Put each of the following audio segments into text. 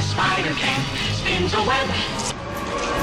spider can spins a web.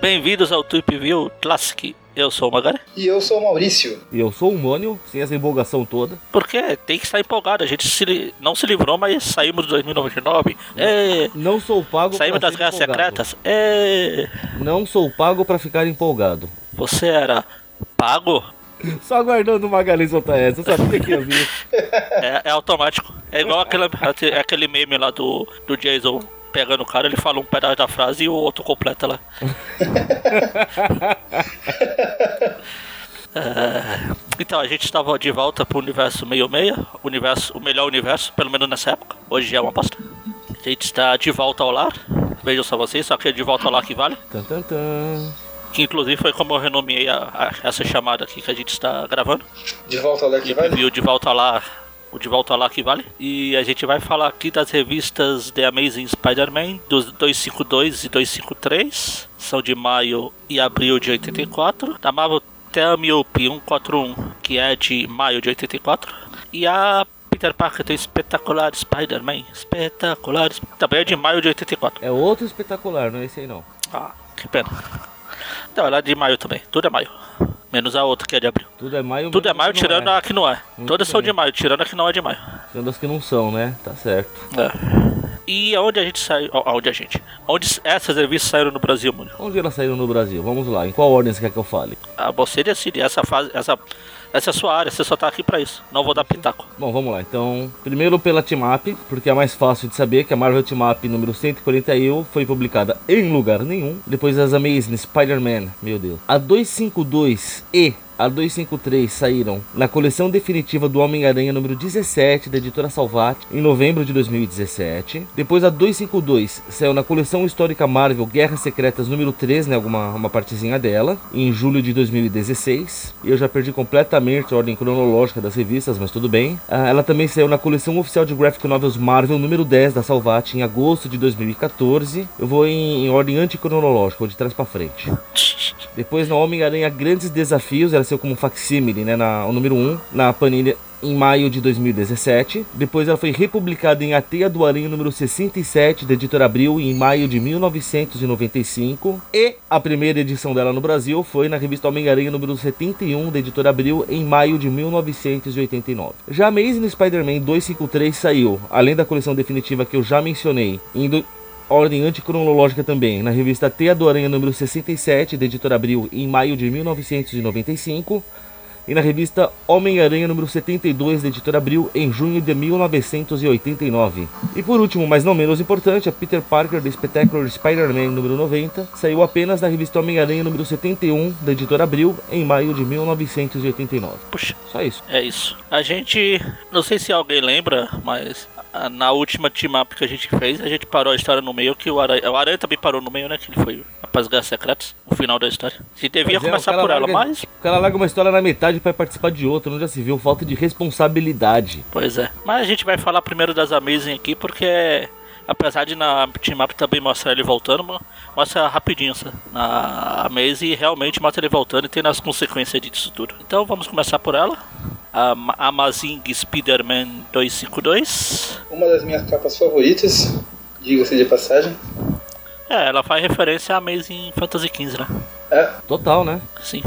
Bem-vindos ao Trip View Classic. Eu sou o Magari. E eu sou o Maurício. E eu sou o Mônio, sem essa empolgação toda. Porque tem que estar empolgado. A gente se li- não se livrou, mas saímos de 2099. É. Não sou pago Saímos pra das ser guerras empolgado. secretas. É. Não sou pago pra ficar empolgado. Você era pago? Só aguardando o Magalhães soltar essa, eu sabia que ia vir. É, é automático. É igual aquele, aquele meme lá do, do Jason pegando o cara, ele fala um pedaço da frase e o outro completa lá. É, então a gente estava de volta pro universo meio meia, universo, o melhor universo, pelo menos nessa época. Hoje é uma bosta. A gente está de volta ao lar. Vejam só vocês, só que é de volta ao lar que vale. Tan, tan, tan. Que inclusive foi como eu renomeei a- a- essa chamada aqui que a gente está gravando. De volta ao Dark E Valley. o De Volta Lá, o De Volta Lá que vale. E a gente vai falar aqui das revistas The Amazing Spider-Man, dos 252 e 253, são de maio e abril de 84. Da Marvel Tell Me Up 141, que é de maio de 84. E a Peter Parker tem Espetacular Spider-Man, Espetacular, Sp- também é de maio de 84. É outro espetacular, não é esse aí não. Ah, que pena. Então, ela é de maio também, tudo é maio. Menos a outra que é de abril. Tudo é maio. Tudo é menos maio, que não tirando é. a que não é. Muito Todas são bem. de maio, tirando a que não é de maio. Tirando as que não são, né? Tá certo. É. E aonde a gente saiu. a- Aonde a gente? Onde essas revistas saíram no Brasil, mano? Onde elas saíram no Brasil? Vamos lá, em qual ordem você quer que eu fale? Ah, você decide. Essa fase. Essa, essa é a sua área, você só tá aqui pra isso. Não vou dar pitaco. Bom, vamos lá. Então, primeiro pela Team Up, porque é mais fácil de saber que a Marvel Team Up número 141 foi publicada em lugar nenhum. Depois as Amazing Spider-Man, meu Deus. A 252 e a 253 saíram na coleção definitiva do Homem-Aranha número 17 da editora Salvat em novembro de 2017. Depois a 252 saiu na coleção histórica Marvel Guerras Secretas número 3, né, alguma uma partezinha dela, em julho de 2016. E Eu já perdi completamente a ordem cronológica das revistas, mas tudo bem. Ah, ela também saiu na coleção oficial de Graphic Novels Marvel número 10 da Salvat em agosto de 2014. Eu vou em, em ordem anticronológica, ou de trás pra frente. Depois no Homem-Aranha Grandes Desafios, ela saiu como facsimile, né, na, o número 1, na Panini em maio de 2017. Depois ela foi republicada em A Teia do Aranha número 67 da Editora Abril em maio de 1995 e a primeira edição dela no Brasil foi na revista Homem-Aranha número 71 da Editora Abril em maio de 1989. Já Amazing Spider-Man 253 saiu, além da coleção definitiva que eu já mencionei, em do- ordem anticronológica também, na revista Teia do Aranha número 67, da editora Abril, em maio de 1995, e na revista Homem-Aranha número 72, da editora Abril, em junho de 1989. E por último, mas não menos importante, a Peter Parker do Spectacular Spider-Man número 90, saiu apenas na revista Homem-Aranha número 71, da editora Abril, em maio de 1989. Puxa, Só isso. é isso. A gente. Não sei se alguém lembra, mas. a- Na última team up que a gente fez, a gente parou a história no meio, que o Aranha, o Aranha também parou no meio, né? Que ele foi para as Guerras Secretas, o final da história. Se devia Pois é, o começar cara por ela, larga- mas O cara larga uma história na metade para participar de outra, onde já se viu falta de responsabilidade. Pois é. Mas a gente vai falar primeiro das Amazing aqui, porque é, apesar de na Team Up também mostrar ele voltando, mo- mostra rapidinho essa. Na Amazing realmente mostra ele voltando e tem as consequências disso tudo. Então vamos começar por ela. A Ma- Amazing Spider-Man 252. Uma das minhas capas favoritas, diga-se de passagem. É, ela faz referência à Amazing Fantasy XV, né? É, Total, né? Sim.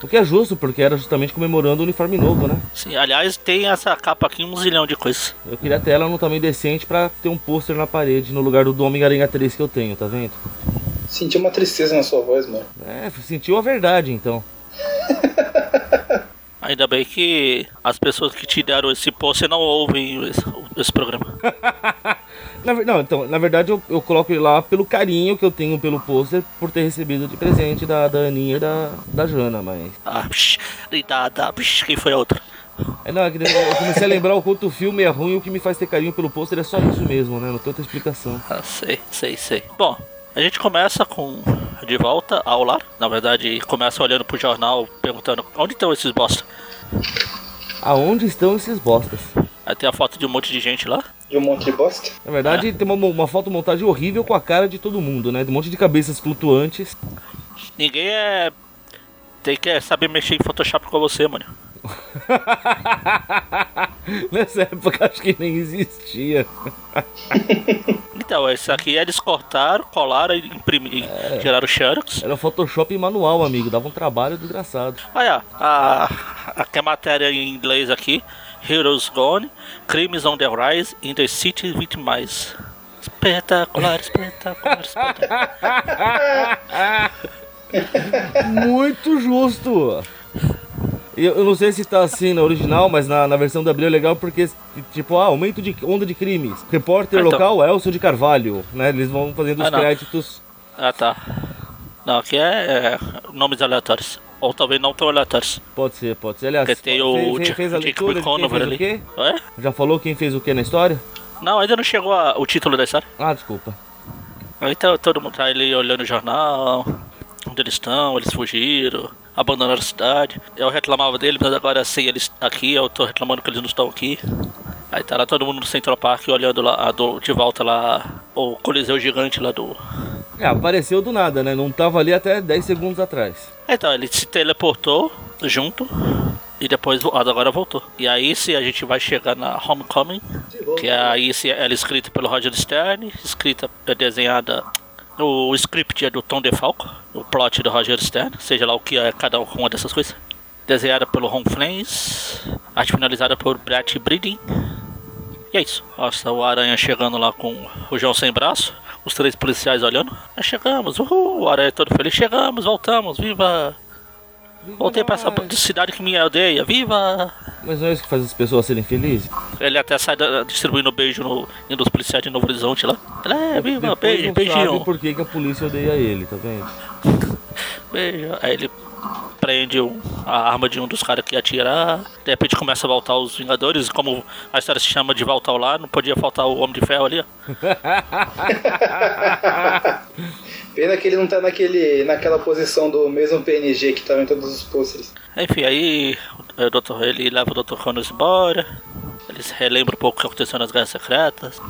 O que é justo, porque era justamente comemorando o uniforme novo, né? Sim. Aliás, tem essa capa aqui um zilhão de coisas. Eu queria ter ela num tamanho decente pra ter um pôster na parede no lugar do do Homem-Aranha 3 que eu tenho, tá vendo? senti uma tristeza na sua voz, mano. É, sentiu a verdade então. Ainda bem que as pessoas que te deram esse post não ouvem esse- esse programa. Na, ver- não, então, na verdade eu, eu coloco ele lá pelo carinho que eu tenho pelo pôster por ter recebido de presente da, da Aninha e da, da Jana, mas. Ah, psh, e da, da, psh, quem foi a outra? É, não, é que eu comecei a lembrar o quanto o filme é ruim e o que me faz ter carinho pelo pôster é só isso mesmo, né? Não tem outra explicação. Ah, sei, sei, sei. Bom, a gente começa com De Volta ao Lar. Na verdade, começa olhando pro jornal, perguntando onde estão esses bosta. Aonde estão esses bostas? Aí tem a foto de um monte de gente lá. de um monte de bosta. Na verdade, tem uma, uma fotomontagem horrível com a cara de todo mundo, né? De um monte de cabeças flutuantes. Ninguém é. Tem que é, saber mexer em Photoshop com você, mano. Nessa época acho que nem existia. Então, esse aqui eles cortaram, colaram, e imprimi- e tiraram o Xerox. Era Photoshop manual, amigo. Dava um trabalho desgraçado. Olha, a, aqui é a matéria em inglês aqui. Heroes Gone, Crimes on the Rise, in the City with Mais. Espetacular, espetacular, espetacular. Muito justo! Eu, eu não sei se tá assim na original, mas na, na versão da Abril é legal porque, tipo, ah, aumento de onda de crimes. Repórter Ah, então. local Elcio de Carvalho, né? Eles vão fazendo os Ah, não. créditos. Ah, tá. Não, aqui é, é, nomes aleatórios. Ou talvez não tão aleatórios. Pode ser, pode ser. Aliás, Porque tem o fez, Jack- fez a Jack leitura de quem McConover fez ali. o quê? Ué? Já falou quem fez o quê na história? Não, ainda não chegou a- o título da história. Ah, desculpa. Aí tá, todo mundo tá ali olhando o jornal, onde eles estão, eles fugiram, abandonaram a cidade. Eu reclamava dele, mas agora sem eles aqui, eu tô reclamando que eles não estão aqui. Aí tá lá todo mundo no Central Park olhando lá, a do- de volta lá, o Coliseu Gigante lá do... É, apareceu do nada, né? Não tava ali até 10 segundos atrás. Então, ele se teleportou junto e depois vo- ah, agora voltou. E aí se a gente vai chegar na Homecoming, que aí se ela é escrita pelo Roger Stern, escrita, é desenhada. O script é do Tom DeFalco, o plot do Roger Stern, seja lá o que é cada uma dessas coisas. Desenhada pelo Ron Flames, arte finalizada por Brett Breeding. E é isso. Nossa, o Aranha chegando lá com o João sem braço, os três policiais olhando. Nós chegamos, uhul, o Aranha é todo feliz. Chegamos, voltamos, viva! Voltei pra essa Mas- cidade que me aldeia, é viva! Mas não é isso que faz as pessoas serem felizes? Ele até sai da- distribuindo beijo no, indo aos policiais de Novo Horizonte lá. Ele é, viva, Depois beijo, não beijinho, sabe por que, que a polícia odeia ele, tá vendo? beijo. Aí ele prende um- a arma de um dos caras que ia atirar. De repente começa a voltar os Vingadores, como a história se chama de voltar lá, não podia faltar o Homem de Ferro ali, ó. Pena que ele não tá naquele, naquela posição do mesmo PNG que tava em todos os posters. Enfim, aí o Dr. ele leva o Dr. Connors embora. Eles relembram um pouco o que aconteceu nas Guerras Secretas.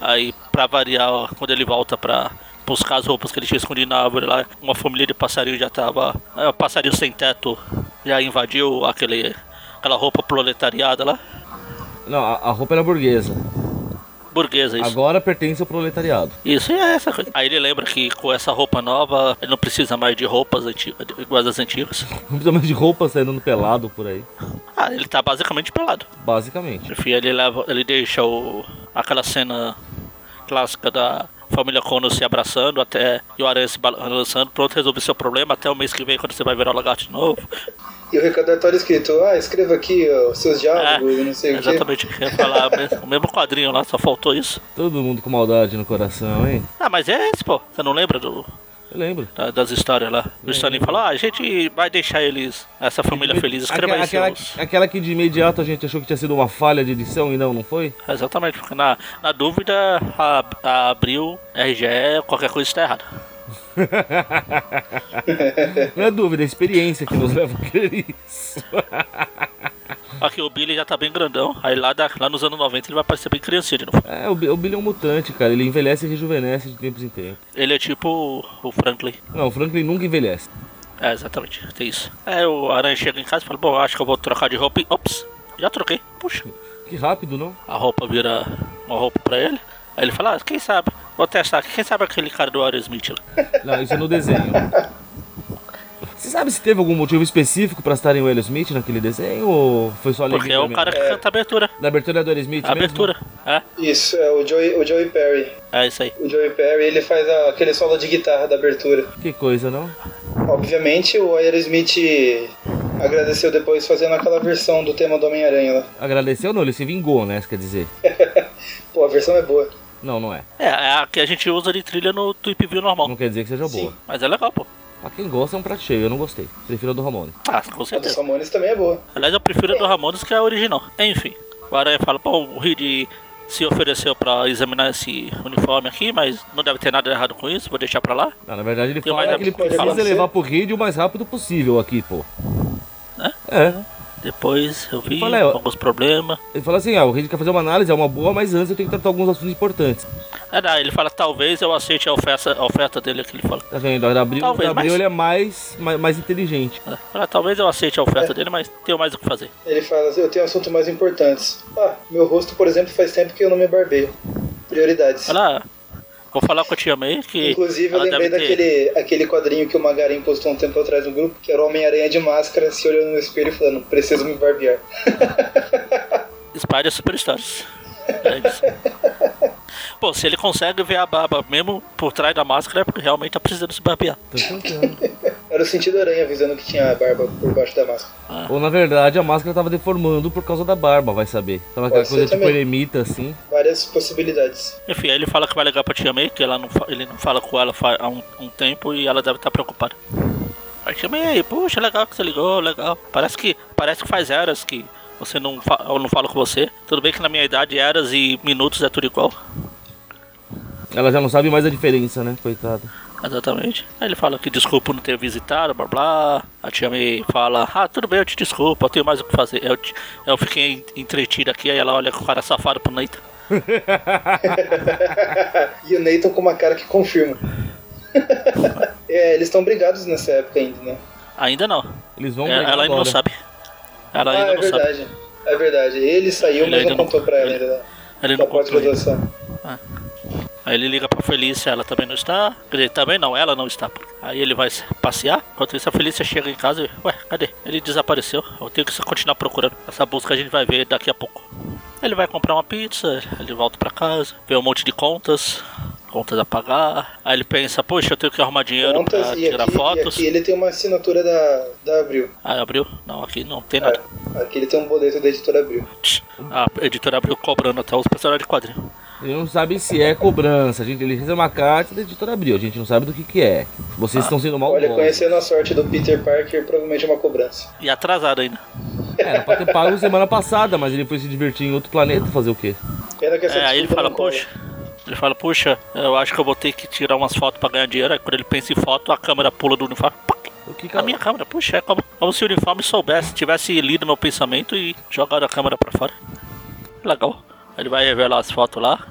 Aí, pra variar, ó, quando ele volta pra buscar as roupas que ele tinha escondido na árvore lá, uma família de passarinho já tava. é, passarinho sem teto já invadiu aquele, aquela roupa proletariada lá. Não, a, a roupa era burguesa. Burguesa, isso. Agora pertence ao proletariado. Isso é essa coisa. Aí ele lembra que com essa roupa nova, ele não precisa mais de roupas antigas, iguais às antigas. Não precisa mais de roupa saindo pelado por aí. Ah, ele tá basicamente pelado. Basicamente. Enfim, ele, leva, ele deixa o, aquela cena clássica da família Cono se abraçando até e o Aranha se balançando, pronto, resolve seu problema até o mês que vem quando você vai virar o lagarto de novo. E o recordatório escrito, ah, escreva aqui ó, os seus diálogos, e Ah, não sei o quê. Ah, exatamente, eu ia falar o mesmo- o mesmo quadrinho lá, só faltou isso. Todo mundo com maldade no coração, hein? Ah, mas é esse, pô. Você não lembra do, Eu lembro. da- das histórias lá? O Stanley falou, ah, a gente vai deixar eles, essa família feliz, escreva aí aquela, seus. aquela, aquela que de imediato a gente achou que tinha sido uma falha de edição e não, não foi? Exatamente, porque na, na dúvida, a, a abriu RGE, qualquer coisa está errada. Não é dúvida, é a experiência que nos leva a crer isso. Aqui o Billy já tá bem grandão, aí lá, da- lá nos anos 90 ele vai parecer bem criancinha de novo. É, o, Bi- o Billy é um mutante, cara. Ele envelhece e rejuvenesce de tempos em tempos. Ele é tipo o Franklin. Não, o Franklin nunca envelhece. É, exatamente, tem isso. É, o Aranha chega em casa e fala, bom, acho que eu vou trocar de roupa e... Ops, já troquei. Puxa, Que rápido, não? a roupa vira uma roupa pra ele. Aí ele fala, ah, quem sabe, vou testar aqui, quem sabe aquele cara do Aerosmith lá. Não, isso é no desenho. Você sabe se teve algum motivo específico pra estarem o Will Smith naquele desenho ou foi só Porque é o cara que canta a abertura. Da abertura é do Will Smith A mesmo? abertura, é, Isso, é o Joey, o Joey Perry. é isso aí. O Joey Perry, ele faz a- aquele solo de guitarra da abertura. Que coisa, não? Obviamente, o Aerosmith agradeceu depois fazendo aquela versão do tema do Homem-Aranha lá. Agradeceu não, ele se vingou, né? Isso quer dizer. Pô, a versão é boa. Não, não é. É, é a que a gente usa de trilha no Tweep View normal. Não quer dizer que seja boa. Mas é legal, pô. Pra quem gosta é um prato cheio, eu não gostei. Prefiro a do Ramone. Ah, com A do certeza. Samones também é boa. Aliás, eu prefiro a do Ramones que a original. Enfim, o Aranha fala, bom, o Reed se ofereceu pra examinar esse uniforme aqui, mas não deve ter nada errado com isso, vou deixar pra lá. Não, na verdade ele Tem fala é mais que ele coisa pra precisa você? levar pro Reed o mais rápido possível aqui, pô. Hã? É. Depois eu vi Falei, ó. alguns problemas. Ele fala assim, ah, o Reed quer fazer uma análise, é uma boa, mas antes eu tenho que tratar alguns assuntos importantes. Ah, não, ele fala, talvez eu aceite a oferta, a oferta dele que ele fala. Tá vendo? O Abril, Talvez, o Abril mas- ele é mais, mais, mais inteligente. Ah, fala, talvez eu aceite a oferta dele, mas tenho mais o que fazer. Ele fala assim, eu tenho assuntos mais importantes. Ah, meu rosto, por exemplo, faz tempo que eu não me barbeio. Prioridades. Olha, "Ah, vou falar com a tia May que. Inclusive, eu ela lembrei deve ter- daquele aquele quadrinho que o Magarin postou um tempo atrás no grupo, que era o Homem-Aranha de máscara se olhando no espelho e falando, preciso me barbear. Spider Superstars. É isso. Pô, se ele consegue ver a barba mesmo por trás da máscara, é porque realmente tá precisando se barbear. Tô tentando. Era o sentido aranha avisando que tinha a barba por baixo da máscara. Ou na verdade a máscara tava deformando por causa da barba, vai saber. Tava aquela Pode ser coisa tipo também. eremita assim. Várias possibilidades. Enfim, aí ele fala que vai ligar pra tia May, que ela não fa- ele não fala com ela fa- há um, um tempo e ela deve estar preocupada. Aí tia May, puxa, legal que você ligou, legal. Parece que, parece que faz eras que você não, fa eu não falo com você. Tudo bem que na minha idade, eras e minutos é tudo igual. Ela já não sabe mais a diferença, né? Coitada. Exatamente. Aí ele fala que desculpa não ter visitado, blá blá. A tia May fala, ah, tudo bem, eu te desculpo, eu tenho mais o que fazer. Eu, te- eu fiquei entretido aqui, aí ela olha com o cara safado pro Nathan. e o Nathan com uma cara que confirma. é, eles estão brigados nessa época ainda, né? Ainda não. Eles vão É, ela brigar ainda não agora. sabe. Ela ah, ainda é não sabe. verdade. É verdade. Ele saiu, Ele mas ainda não não- contou pra ela ele- ainda. Ele Da não contou. ainda. pós-graduação. Aí ele liga pra Felícia, ela também não está. Quer dizer, também não, ela não está. Aí ele vai passear. Enquanto isso, a Felícia chega em casa e. Ué, cadê? Ele desapareceu. Eu tenho que continuar procurando. Essa busca a gente vai ver daqui a pouco. Ele vai comprar uma pizza, ele volta pra casa, vê um monte de contas. Contas a pagar. Aí ele pensa, poxa, eu tenho que arrumar dinheiro Contas pra e tirar assim, aqui, e fotos. aqui ele tem uma assinatura da, da Abril. Aí abriu? Não, aqui não tem nada. É, aqui ele tem um boleto da editora Abril. Tch, A editora abriu cobrando até os personagens de quadrinho. Ele não sabe se é cobrança. gente, ele recebeu uma carta da editora Abril. A gente não sabe do que que é. Vocês Ah, estão sendo mal Olha, conhecendo a sorte do Peter Parker, provavelmente é uma cobrança. E atrasado ainda. Era É, pra ter pago semana passada, mas ele foi se divertir em outro planeta fazer o quê? Pena que essa É, aí ele desculpa fala, não cola. poxa. Ele fala, puxa, eu acho que eu vou ter que tirar umas fotos pra ganhar dinheiro. Aí quando ele pensa em foto, a câmera pula do uniforme. Pac! O que que A minha câmera, puxa, é como, como se o uniforme soubesse, tivesse lido meu pensamento e jogado a câmera pra fora. Legal. Ele vai revelar as fotos lá.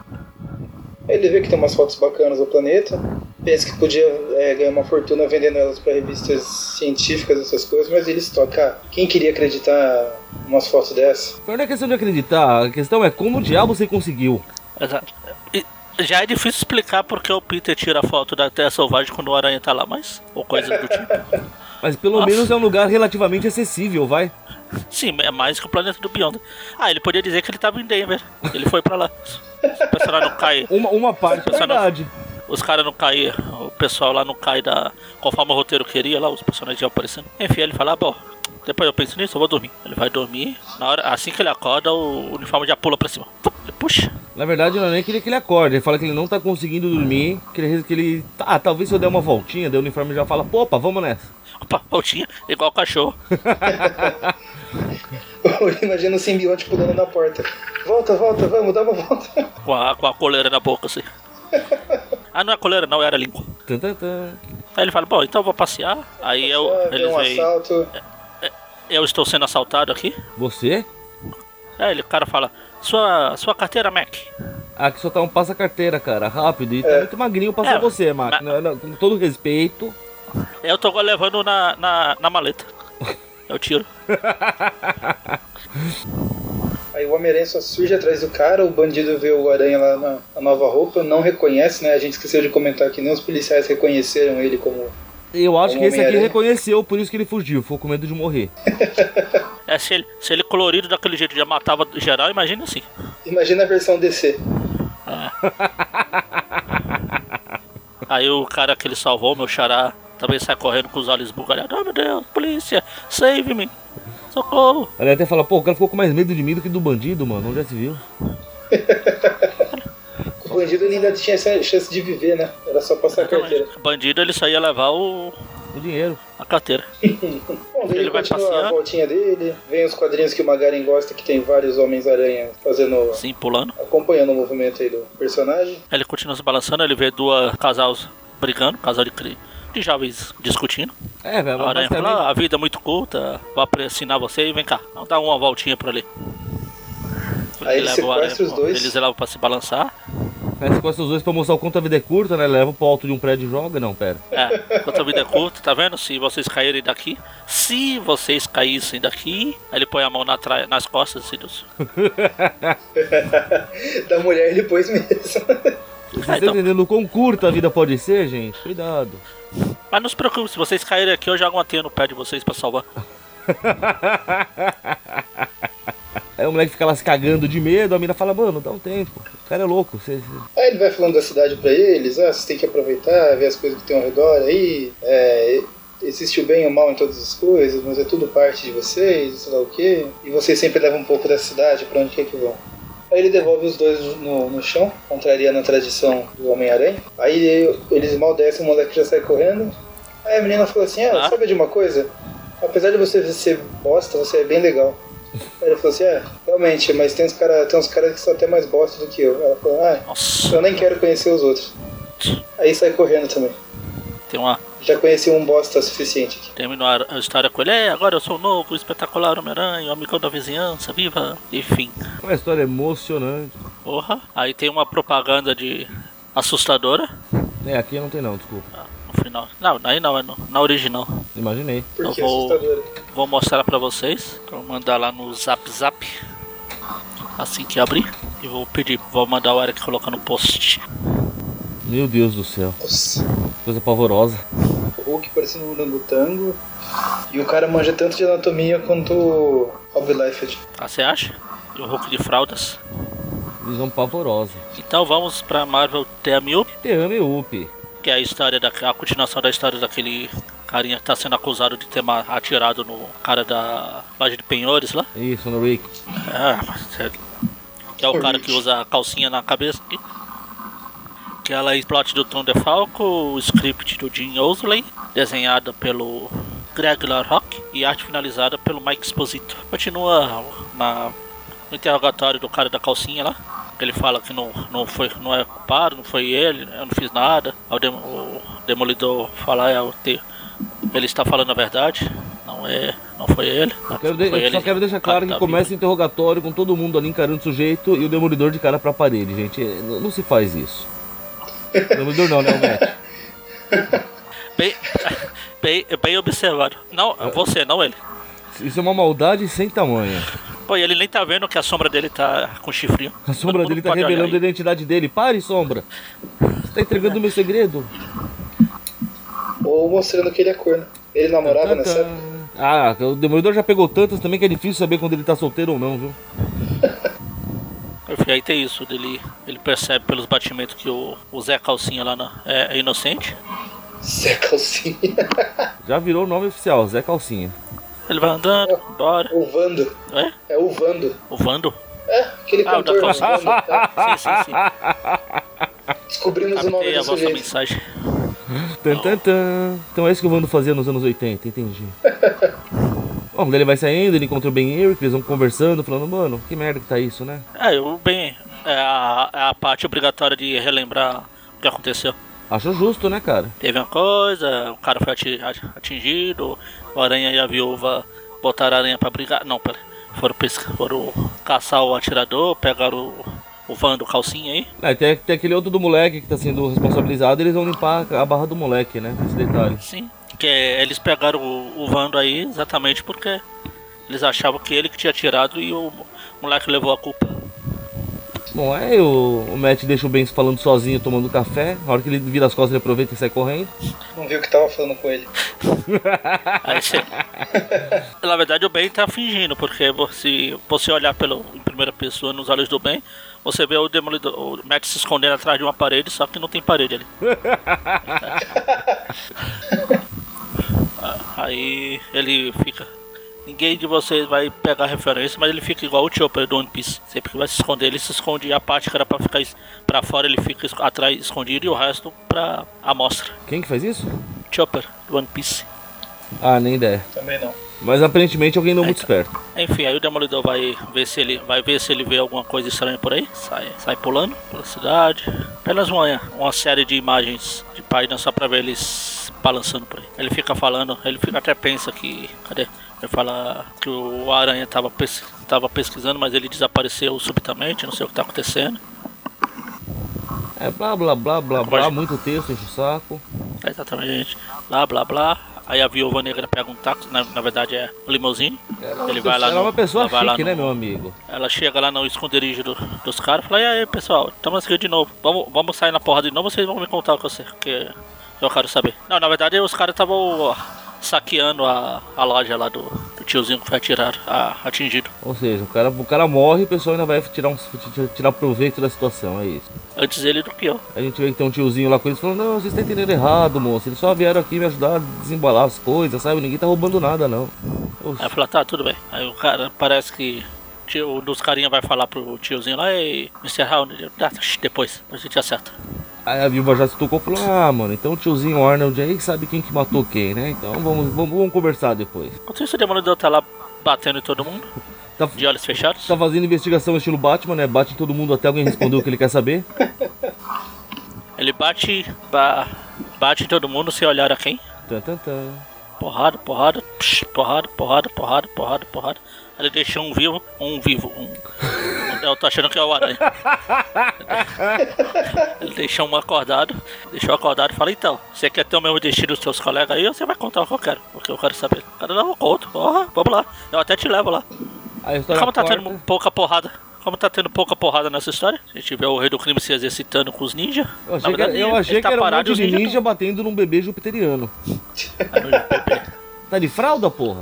Ele vê que tem umas fotos bacanas do planeta, pensa que podia é, ganhar uma fortuna vendendo elas pra revistas científicas, essas coisas, mas eles tocam. "Ah, Quem queria acreditar umas fotos dessa? Não é questão de acreditar, a questão é como o diabo você conseguiu. Exato. E já é difícil explicar porque o Peter tira a foto da Terra Selvagem quando o Aranha tá lá, mas. Ou coisa do tipo. Mas pelo Nossa. menos é um lugar relativamente acessível, vai. Sim, é mais que o planeta do Beyond. Ah, ele podia dizer que ele tava em Denver. Ele foi pra lá. O personagem não cai. Uma, uma parte é Só não- verdade. Os caras não caem, o pessoal lá não cai da. conforme o roteiro queria lá, os personagens iam aparecendo. Enfim, ele fala, ah, bom, depois eu penso nisso, eu vou dormir. Ele vai dormir, na hora, assim que ele acorda, o uniforme já pula pra cima. Ele puxa. Na verdade, não é nem queria que ele acorde. Ele fala que ele não tá conseguindo dormir, que ele. Que ele ah, talvez se eu der uma voltinha, daí o uniforme já fala, pô, opa, vamos nessa. Opa, voltinha, igual o cachorro. Imagina o simbionte pulando na porta. Volta, volta, vamos, dá uma volta. Com a, com a coleira na boca, assim. Ah, não é coleira, não, era língua. Tan, tan, tan. Aí ele fala, bom, então eu vou passear. Aí eu, Ah, vê eles um veem, assalto. eu estou sendo assaltado aqui. Você? Aí ele, o cara fala, sua, sua carteira, Mac. Aqui só tá um passa-carteira, cara, rápido. E tá É. muito magrinho passar É, você, Mac. mas- Não, não, Com todo respeito. Eu tô levando na, na, na maleta. Eu tiro. Aí o Homem-Aranha só surge atrás do cara, o bandido vê o Aranha lá na, na nova roupa, não reconhece, né? A gente esqueceu de comentar que nem os policiais reconheceram ele como. Eu acho Como né? que esse aqui Homem-Aranha. reconheceu, por isso que ele fugiu. Ficou com medo de morrer. É, se ele, se ele colorido daquele jeito já matava geral, imagina assim. Imagina a versão DC. Aí o cara que ele salvou, meu xará, também sai correndo com os olhos bugalhados. Ah, meu Deus, polícia, save me. Socorro. Ele até fala, pô, o cara ficou com mais medo de mim do que do bandido, mano. Onde já se viu? O bandido ele ainda tinha essa chance de viver, né? Era só passar a carteira. O bandido, ele saía levar o, O dinheiro. a carteira. Bom, daí Ele ele vai continua passear. a voltinha dele, vem os quadrinhos que o Magaren gosta, que tem vários Homens-Aranha fazendo. Sim, pulando. acompanhando o movimento aí do personagem. Ele continua se balançando, ele vê duas casais brigando, casal de, cri- de jovens discutindo. É, velho, A aranha basicamente- fala, "Ah, a vida é muito curta, vou assinar você e vem cá, vamos dar uma voltinha por ali. Aí ele leva o sequestra os dois. Eles levam pra se balançar. Aí você conhece os dois pra mostrar o quanto a vida é curta, né? Leva pro alto de um prédio e joga. Não, pera. É, enquanto a vida é curta, tá vendo? Se vocês caírem daqui, se vocês caíssem daqui, aí ele põe a mão na tra- nas costas assim, dos... da mulher ele pôs mesmo. Vocês Ah, estão então. tá entendendo o quão curta a vida pode ser, gente? Cuidado. Mas não se preocupe, se vocês caírem aqui, eu jogo uma teia no pé de vocês pra salvar. Aí o moleque fica lá se cagando de medo, a mina fala, mano, dá um tempo. O cara é louco. Você... você- Aí ele vai falando da cidade pra eles, ah, vocês têm que aproveitar, ver as coisas que tem ao redor aí, é, existe o bem e o mal em todas as coisas, mas é tudo parte de vocês, sei lá o quê, e vocês sempre levam um pouco da cidade pra onde quer que vão. Aí ele devolve os dois no, no chão, contrariando a tradição do Homem-Aranha. Aí eles mal descem, o moleque já sai correndo. Aí a menina falou assim, ah, Ah. sabe de uma coisa? Apesar de você ser bosta, você é bem legal. Aí ele falou assim, é, realmente, mas tem uns caras cara que são até mais bosta do que eu. Ela falou, ah, Nossa, eu nem quero conhecer os outros. Aí sai correndo também. tem uma. Já conheci um bosta suficiente aqui. Terminou a- a história com ele. É, agora eu sou o novo, espetacular Homem-Aranha, amigão da vizinhança, viva! Enfim. É Uma história emocionante. Porra. Aí tem uma propaganda de assustadora. É, aqui não tem não, desculpa. Ah, No final. Não, aí não, é no- na original. Imaginei. Por Eu que vou- assustadora? Vou mostrar pra vocês. Vou mandar lá no zap zap. Assim que abrir. E vou pedir, vou mandar o Eric colocar no post. Meu Deus do céu. Nossa, Coisa pavorosa. o Hulk parecendo um orangotango. E o cara manja tanto de anatomia quanto tipo. o Rob Liefeld. Ah, você acha? E o Hulk de fraldas. Visão pavorosa. Então vamos pra Marvel TMU, Derrame up. que é a história da a continuação da história daquele carinha que tá sendo acusado de ter ma- atirado no cara da loja de penhores lá. Isso, no Rick. Ah, mas é- que é o cara que usa a calcinha na cabeça aqui. Que ela é plot do Tom DeFalco, o script do Jim Osley, desenhada pelo Greg LaRock e arte finalizada pelo Mike Exposito. Continua na, no interrogatório do cara da calcinha lá. que Ele fala que não, não, foi, não é culpado, não foi ele, né? eu não fiz nada. Aí O, dem- o Demolidor fala, é, eu te- ele está falando a verdade, não é, não foi ele. Eu quero de- Foi eu só ele, quero deixar o cara claro que tá começa o interrogatório com todo mundo ali encarando o sujeito e o demolidor de cara pra parede, gente. É, n- Não se faz isso. demolidor não, né, o Matt? Bem, bem, bem observado. Não, você, não ele. Isso é uma maldade sem tamanho. Pô, e ele nem tá vendo que a sombra dele tá com chifrinho. A Todo sombra mundo dele tá pode olhar revelando a aí. identidade dele. Pare, sombra! Você tá entregando o meu segredo? Ou mostrando que ele é corno. Ele namorava Tantã. nessa época. Tá, Ah, o Demolidor já pegou tantas também que é difícil saber quando ele tá solteiro ou não, viu? Enfim, aí tem isso. Ele, ele percebe pelos batimentos que o, o Zé Calcinha lá na- é, é inocente. Zé Calcinha. Já virou o nome oficial, Zé Calcinha. Ele vai andando, embora. o Vando. É? É o Vando. O Vando? É, aquele Ah, o da cantor. né, calcinha. Vando, tá? Sim, sim, sim. Descobrimos o nome Captei a do vossa sujeito. mensagem. Tan, tan, tan. Então é isso que o Wando fazia nos anos 80, entendi. Bom, daí ele vai saindo, ele encontra o Ben Eric, eles vão conversando, falando, mano, que merda que tá isso, né? É, eu bem. É a, é a parte obrigatória de relembrar o que aconteceu. Acho justo, né, cara? Teve uma coisa, o cara foi ati- a- atingido, o aranha e a viúva botaram a aranha pra brigar. Não, pera. Foram, pesca- foram caçar o atirador, pegaram o, o van do calcinha aí. Ah, e tem, tem aquele outro do moleque que tá sendo responsabilizado, eles vão limpar a barra do moleque, né? Esse detalhe. Sim. Que é, eles pegaram o, o Vando aí exatamente porque eles achavam que ele que tinha atirado e o moleque levou a culpa. Bom, aí o, o Matt deixa o Ben falando sozinho, tomando café. Na hora que ele vira as costas, ele aproveita e sai correndo. Não viu o que tava falando com ele. Aí você... Na verdade o Ben tá fingindo, porque vo- se você olhar pelo, em primeira pessoa nos olhos do Ben, você vê o demolidor, o Matt se escondendo atrás de uma parede, só que não tem parede ali. Ah, Aí ele fica. Ninguém de vocês vai pegar referência, mas ele fica igual o Chopper do One Piece. Sempre que vai se esconder, ele se esconde. A parte que era pra ficar es- pra fora, ele fica es- atrás escondido e o resto pra amostra. Quem que faz isso? Chopper do One Piece. Ah, nem ideia. Também não. Mas aparentemente alguém não muito esperto. Enfim, aí o Demolidor vai ver se ele vai ver se ele vê alguma coisa estranha por aí. Sai, sai pulando pela cidade. Apenas uma, uma série de imagens de páginas só pra ver eles balançando por aí. Ele fica falando, ele fica, até pensa que. Cadê? Ele fala que o Aranha tava, pes- tava pesquisando, mas ele desapareceu subitamente, não sei o que tá acontecendo. É blá blá blá blá blá, Pode- muito texto, enche o saco. Exatamente. Blá blá blá. Aí a viúva negra pega um táxi, na, na verdade é o limousine. Ele vai lá Ela é no- uma pessoa ela vai lá chique, né, no- meu amigo? Ela chega lá no esconderijo do- dos caras e fala, e aí pessoal, estamos aqui de novo, vamos, vamos sair na porrada de novo, vocês vão me contar o que eu, sei, que eu quero saber. Não, na verdade os caras estavam saqueando a, a loja lá do, do tiozinho que foi atirado, a- atingido. Ou seja, o cara, o cara morre e o pessoal ainda vai tirar, um, tirar proveito da situação, é isso. Antes ele do que eu. A gente vê que tem um tiozinho lá com eles falando, não, vocês estão entendendo errado, moço. Eles só vieram aqui me ajudar a desembalar as coisas, sabe? Ninguém tá roubando nada, não. Oxe, Aí fala, tá, tudo bem. Aí o cara parece que o tio- um dos carinha vai falar pro tiozinho lá, ei, Mr. Round, tá, depois, a gente acerta. Aí a viúva já se tocou e falou, ah, mano, então o tiozinho Arnold aí sabe quem que matou quem, né? Então vamos, vamos, vamos conversar depois. Enquanto isso o Demolidor tá lá batendo em todo mundo, Tá, de olhos fechados. tá fazendo investigação estilo Batman, né? Bate em todo mundo até alguém responder o que ele quer saber. Ele bate, ba- bate em todo mundo sem olhar a quem. Tan, tan, tan. Porrada, porrada, psh, porrada, porrada, porrada, porrada, porrada. Ele deixou um vivo, um vivo, um. Eu tô achando que é o aranha. Ele deixou um acordado, deixou acordado e fala: Então, você quer ter o mesmo destino dos seus colegas aí ou você vai contar o que eu quero? Porque eu quero saber. O cara não, eu conto. Porra, vamos lá, eu até te levo lá. Aí a história Como tá corta. tendo pouca porrada? Como tá tendo pouca porrada nessa história? A gente vê o rei do crime se exercitando com os ninjas. Eu achei que, eu achei tá que era um monte de ninja batendo num bebê jupiteriano. É Tá de fralda, porra?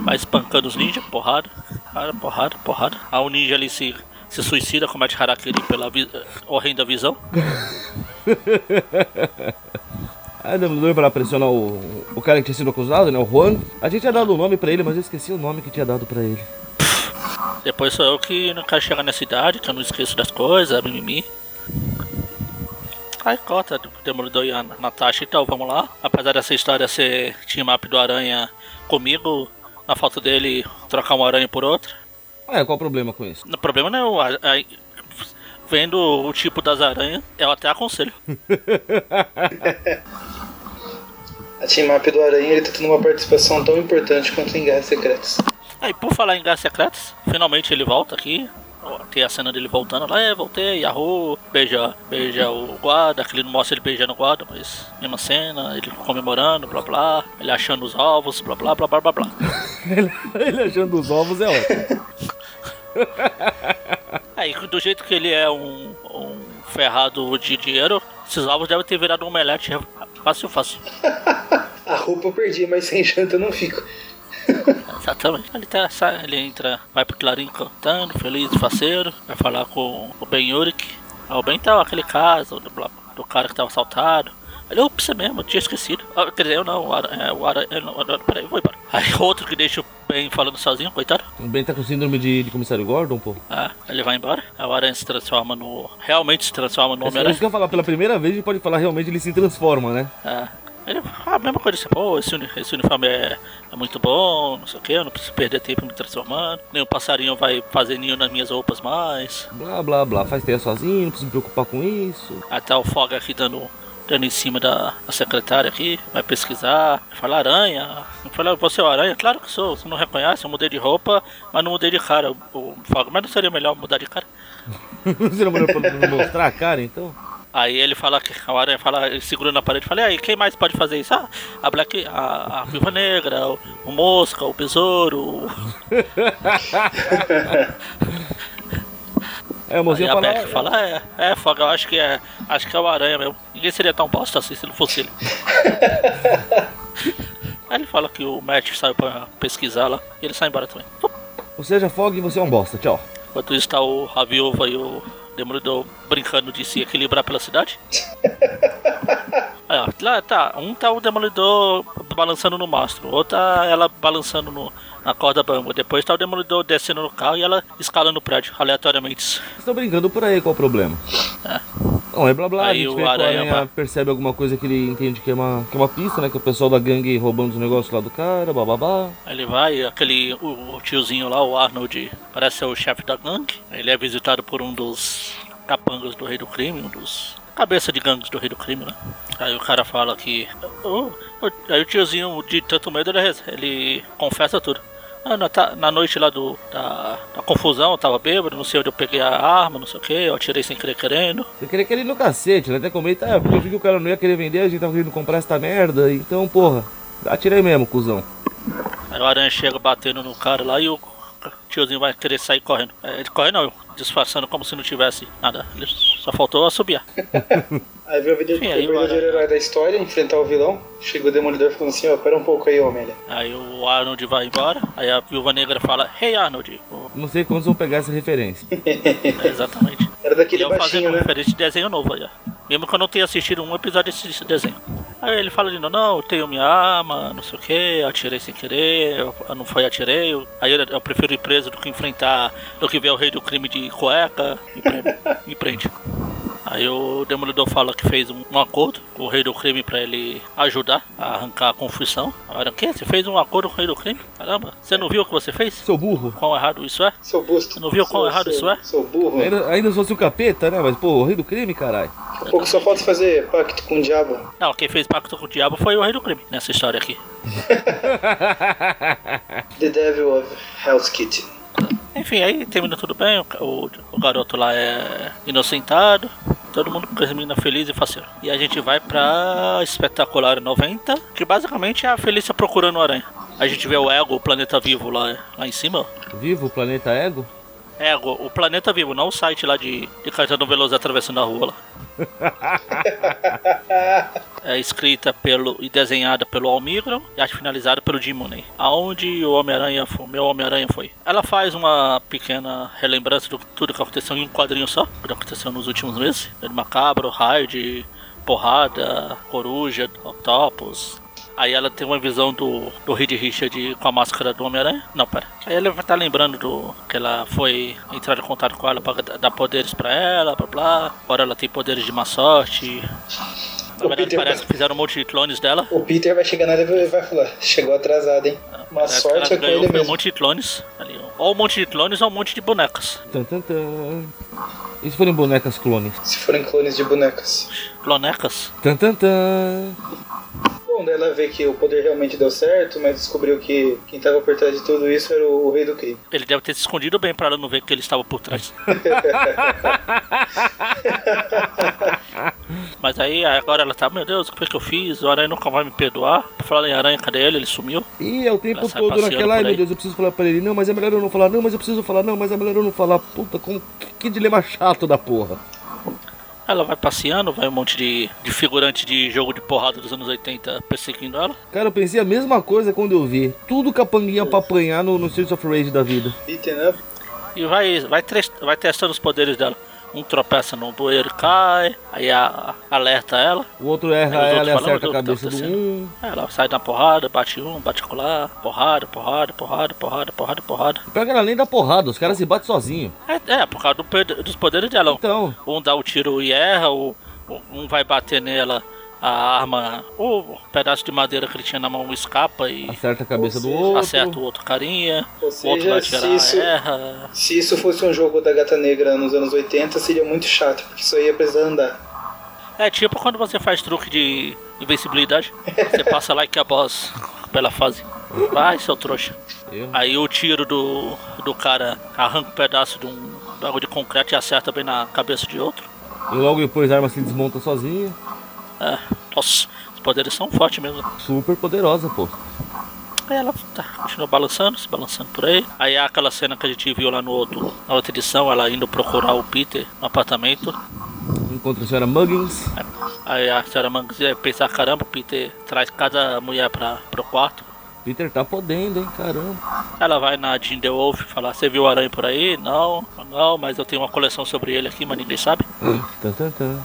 Vai espancando os ninjas, porrada, porrada, porrada, porrada. Aí o ninja ali se, se suicida, comete harakiri pela vi horrenda visão. Aí o Demolidor vai lá pressionar o, o cara que tinha sido acusado, né? O Juan. A gente tinha dado o nome pra ele, mas eu esqueci o nome que tinha dado pra ele. Depois sou eu que não quero chegar na cidade, que eu não esqueço das coisas, mimimi. Aí corta o Demolidor e a Natasha, então vamos lá. Apesar dessa história ser team up do Aranha comigo, na falta dele trocar uma aranha por outra. Ué, qual o problema com isso? O problema não é o. a- a- vendo o tipo das aranhas, eu até aconselho. A Team Up do Aranha ele tá tendo uma participação tão importante quanto em Guerras Secretas. Aí, por falar em Guerras Secretas, finalmente ele volta aqui. Ó, Tem a cena dele voltando lá, é, voltei, Yahoo, beija, beija o guarda, que ele não mostra ele beijando o guarda, mas mesma cena, ele comemorando, blá blá, ele achando os ovos, blá blá blá blá blá blá. ele, ele achando os ovos é ótimo. Aí, do jeito que ele é um, um ferrado de dinheiro, esses ovos devem ter virado um omelete fácil, fácil. A roupa eu perdi, mas sem janta eu não fico. Exatamente. Ele, tá, sai, ele entra, vai pro Clarim cantando, feliz, faceiro, vai falar com o Ben Yurik. Ah, O Ben tá aquele caso do, blá- do cara que tava assaltado. Ele, opa, você mesmo, eu tinha esquecido. Ah, quer dizer, eu não, o Ara, é, o Ara, eu não, eu não, peraí, eu vou embora. Aí outro que deixa o Ben falando sozinho, coitado. O Ben tá com síndrome de, de comissário Gordon, pô. Ah, ele vai embora. Aí o Aranha se transforma no. Realmente se transforma no É isso Homem-Aranha. que eu ia falar, pela primeira vez a gente pode falar realmente ele se transforma, né? Ah, ele, ah, a mesma coisa, assim, pô, esse, uni- esse uniforme é, é muito bom, não sei o que, eu não preciso perder tempo me transformando. Nenhum passarinho vai fazer ninho nas minhas roupas mais. Blá blá blá, faz teia sozinho, não precisa me preocupar com isso. Até o Fog aqui dando, dando em cima da, da secretária aqui, vai pesquisar, fala aranha. Eu falei, você é o aranha? Claro que sou, você não reconhece, eu mudei de roupa, mas não mudei de cara. O, o Fog, mas não seria melhor mudar de cara? Você não mandou pra não mostrar a cara, então? Aí ele fala que a aranha fala, ele segura na parede e fala, e aí, quem mais pode fazer isso? Ah, a Black, a, a Viúva Negra, o, o Mosca, o Besouro. É, o Aí mozinho a fala... Black fala, é, é, Fog, eu acho que é. Acho que é o aranha mesmo. Ninguém seria tão bosta assim se não fosse ele. Aí ele fala que o Matt saiu pra pesquisar lá e ele sai embora também. Ou seja, Fog, você é um bosta, tchau. Enquanto isso tá o, a viúva e o Demolidor brincando de se equilibrar pela cidade. Aí, ó, lá tá, um tá o Demolidor balançando no mastro, outro tá ela balançando no, na corda bamba. Depois tá o Demolidor descendo no carro e ela escalando o prédio, aleatoriamente. Vocês estão brincando por aí, qual o problema? Ah. Não, é blá blá, Aí a gente o vê que o Aranha Aranha vai- percebe alguma coisa que ele entende que é uma, que é uma pista, né? Que é o pessoal da gangue roubando os negócios lá do cara, bababá. Aí ele vai, aquele o, o tiozinho lá, o Arnold, parece ser o chefe da gangue. Ele é visitado por um dos capangas do Rei do Crime, um dos cabeça de gangues do Rei do Crime, né? Aí o cara fala que "Oh, oh", aí o tiozinho de tanto medo ele, res- ele confessa tudo. Ah, na, ta- na noite lá do, da, da confusão, eu tava bêbado, não sei onde eu peguei a arma, não sei o que, eu atirei sem querer querendo. Você queria que ele no cacete, né? Até comenta, ah, porque eu vi que o cara não ia querer vender, a gente tava querendo comprar essa merda, então, porra, atirei mesmo, cuzão. Aí o aranha chega batendo no cara lá e o tiozinho vai querer sair correndo. É, ele corre não, disfarçando como se não tivesse nada. Ele só faltou assobiar. Aí veio o verdadeiro, Sim, aí o vai, verdadeiro né? herói da história enfrentar o vilão. Chegou o Demolidor falando assim, ó, pera um pouco aí, Homem-Aranha. Aí o Arnold vai embora. Aí a viúva negra fala, hey Arnold. O- Não sei quantos vão pegar essa referência. é, exatamente. Ele Era daquele é baixinho, fazendo né? referência de desenho novo aí, ó. Mesmo que eu não tenha assistido um episódio desse desse desenho. Aí ele fala de novo, não, eu tenho minha arma, não sei o que, atirei sem querer, eu, eu não foi atirei. eu- aí ele, eu prefiro ir preso do que enfrentar, do que ver o rei do crime de cueca. Me prende. me prende. Aí o Demolidor fala que fez um, um acordo com o rei do crime pra ele ajudar a arrancar a confusão. Agora, o quê? Você fez um acordo com o rei do crime? Caramba, você não viu o que você fez? Seu burro. Quão errado isso é? Seu busto. Não viu quão Seu- errado seu- isso é? Seu burro. Ainda, ainda se fosse o capeta, né? Mas, pô, o rei do crime, caralho. Daqui a Um pouco só falta fazer pacto com o diabo. Não, quem fez pacto com o diabo foi o rei do crime nessa história aqui. The Devil of Hell's Kitchen. Enfim, aí termina tudo bem, o, ca- o- o garoto lá é inocentado, todo mundo termina feliz e faceiro. E a gente vai pra Espetacular 90, que basicamente é a Felícia procurando o aranha. A gente vê o Ego, o planeta vivo lá, lá em cima. Vivo o planeta ego? Ego, o planeta vivo, não o site lá de, de Caetano Veloso atravessando a rua lá. É escrita pelo e desenhada pelo Almigron e arte finalizada pelo Jim Mooney. Aonde o Homem-Aranha foi, meu Homem-Aranha foi. Ela faz uma pequena relembrança de tudo que aconteceu em um quadrinho só, tudo que aconteceu nos últimos meses. De macabro, raio de porrada, coruja, octopus. Aí ela tem uma visão do, do Reed Richard com a máscara do Homem-Aranha. Não, pera. Aí ela vai estar lembrando do que ela foi entrar em contato com ela para dar poderes pra ela, blá blá. Agora ela tem poderes de má sorte. Na O verdade, Peter- parece que fizeram um monte de clones dela. O Peter vai chegar na área e vai falar, chegou atrasado, hein? Uma Parece que sorte é ela com ganhou ele foi um mesmo. monte de clones. Ali, ó. ou um monte de clones ou um monte de bonecas. Tan, tan, tan. E se forem bonecas clones? Se forem clones de bonecas. Clonecas? Tan, tan, tan. Bom, daí ela vê que o poder realmente deu certo, mas descobriu que quem tava por trás de tudo isso era o, o rei do crime. Ele deve ter se escondido bem pra ela não ver que ele estava por trás. Mas aí agora ela tá, meu Deus, o que foi que eu fiz? O aranha nunca vai me perdoar. Falando em aranha, cadê ele? Ele sumiu. E é o tempo Ela sai todo passeando naquela, ai por meu aí." Deus, eu preciso falar pra ele, não, mas é melhor eu não falar, não, mas eu preciso falar, não, mas é melhor eu não falar. Puta, como, que, que dilema chato da porra. Ela vai passeando, vai um monte de, de figurante de jogo de porrada dos anos 80 perseguindo ela. Cara, eu pensei a mesma coisa quando eu vi. Tudo capanguinha pra apanhar no, no Streets of Rage da vida. Beaten up. E vai, vai, tres- vai testando os poderes dela. Um tropeça num bueiro e cai, aí a- alerta ela. O outro erra Aí os ela e outros falam, acerta a "Mas o que tá cabeça do um. Ela sai na porrada, bate um, bate colar, porrada, porrada, porrada, porrada, porrada, porrada. Pior que ela nem dá porrada, os caras se batem sozinho. É, é, por causa do ped- dos poderes dela. Então, Um dá o tiro e erra, o, o- um vai bater nela, a arma, o pedaço de madeira que ele tinha na mão escapa e acerta a cabeça do seja, outro. acerta o outro carinha. Ou o outro vai seja, atirar, se isso, erra. se isso fosse um jogo da gata negra nos anos 80, seria muito chato, porque só ia precisar andar. É tipo quando você faz truque de invencibilidade, você passa lá e que a boss pela fase. Vai, seu trouxa. Eu- Aí o tiro do, do cara arranca um pedaço de um de algo de concreto e acerta bem na cabeça de outro. E logo depois a arma se desmonta sozinha. É, nossa, os poderes são fortes mesmo. Super poderosa, pô. Aí ela tá, continua balançando, se balançando por aí. Aí há aquela cena que a gente viu lá no outro, na outra edição, ela indo procurar o Peter no apartamento. Encontra a senhora Muggins. Aí a senhora Mangs ia pensar, caramba, o Peter traz cada mulher pra, pro quarto. Peter tá podendo, hein, caramba. Ela vai na Jean The Wolf e fala, você viu o aranha por aí? Não, não, mas eu tenho uma coleção sobre ele aqui, mas ninguém sabe. Ah, Tan, tan, tan.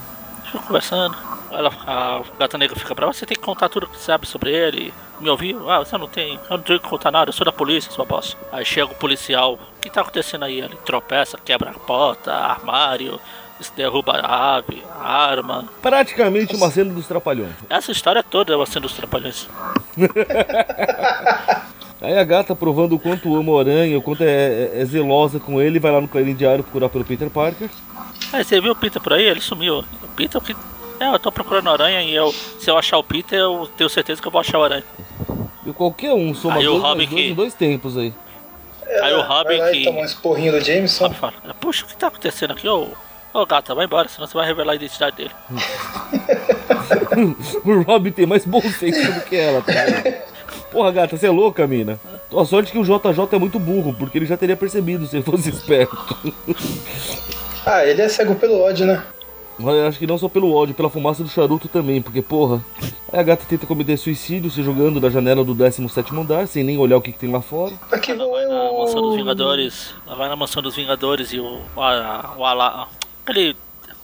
Fica conversando. Ela, a gata negra fica brava, você tem que contar tudo que sabe sobre ele. Me ouviu? Ah, você não tem. Eu não tenho que contar nada, eu sou da polícia, sua bosta. Aí chega o policial. O que tá acontecendo aí? Ele tropeça, quebra a porta, armário, se derruba a ave, a arma. Praticamente uma cena dos Trapalhões. Essa história toda é uma cena dos trapalhões. Aí a gata, provando o quanto ama o Aranha, o quanto é, é- é zelosa com ele, vai lá no Clarim Diário procurar pelo Peter Parker. Aí você viu o Peter por aí? Ele sumiu. O Peter, o que. É, eu tô procurando aranha e eu, se eu achar o Peter, eu tenho certeza que eu vou achar o aranha. E qualquer um soma Aí o dois, mais Robin dois que- em dois tempos aí. Aí o Robin É, Vai lá que- e toma um esporrinho do Jameson. Sabe, fala, puxa, o que tá acontecendo aqui? Ô, ô gata, vai embora, senão você vai revelar a identidade dele. o Robin tem mais bom senso do que ela, tá? Porra, gata, você é louca, mina. A sorte que o JJ é muito burro, porque ele já teria percebido se ele fosse esperto. Ah, ele é cego pelo ódio, né? Mas eu acho que não só pelo ódio, pela fumaça do charuto também, porque porra. Aí a gata tenta cometer suicídio se jogando da janela do 17 andar, sem nem olhar o que, que tem lá fora. Aqui é um Ela vai vou na Mansão dos eu. Vingadores. Ela vai na Mansão dos Vingadores e o. A, o ala, aquele.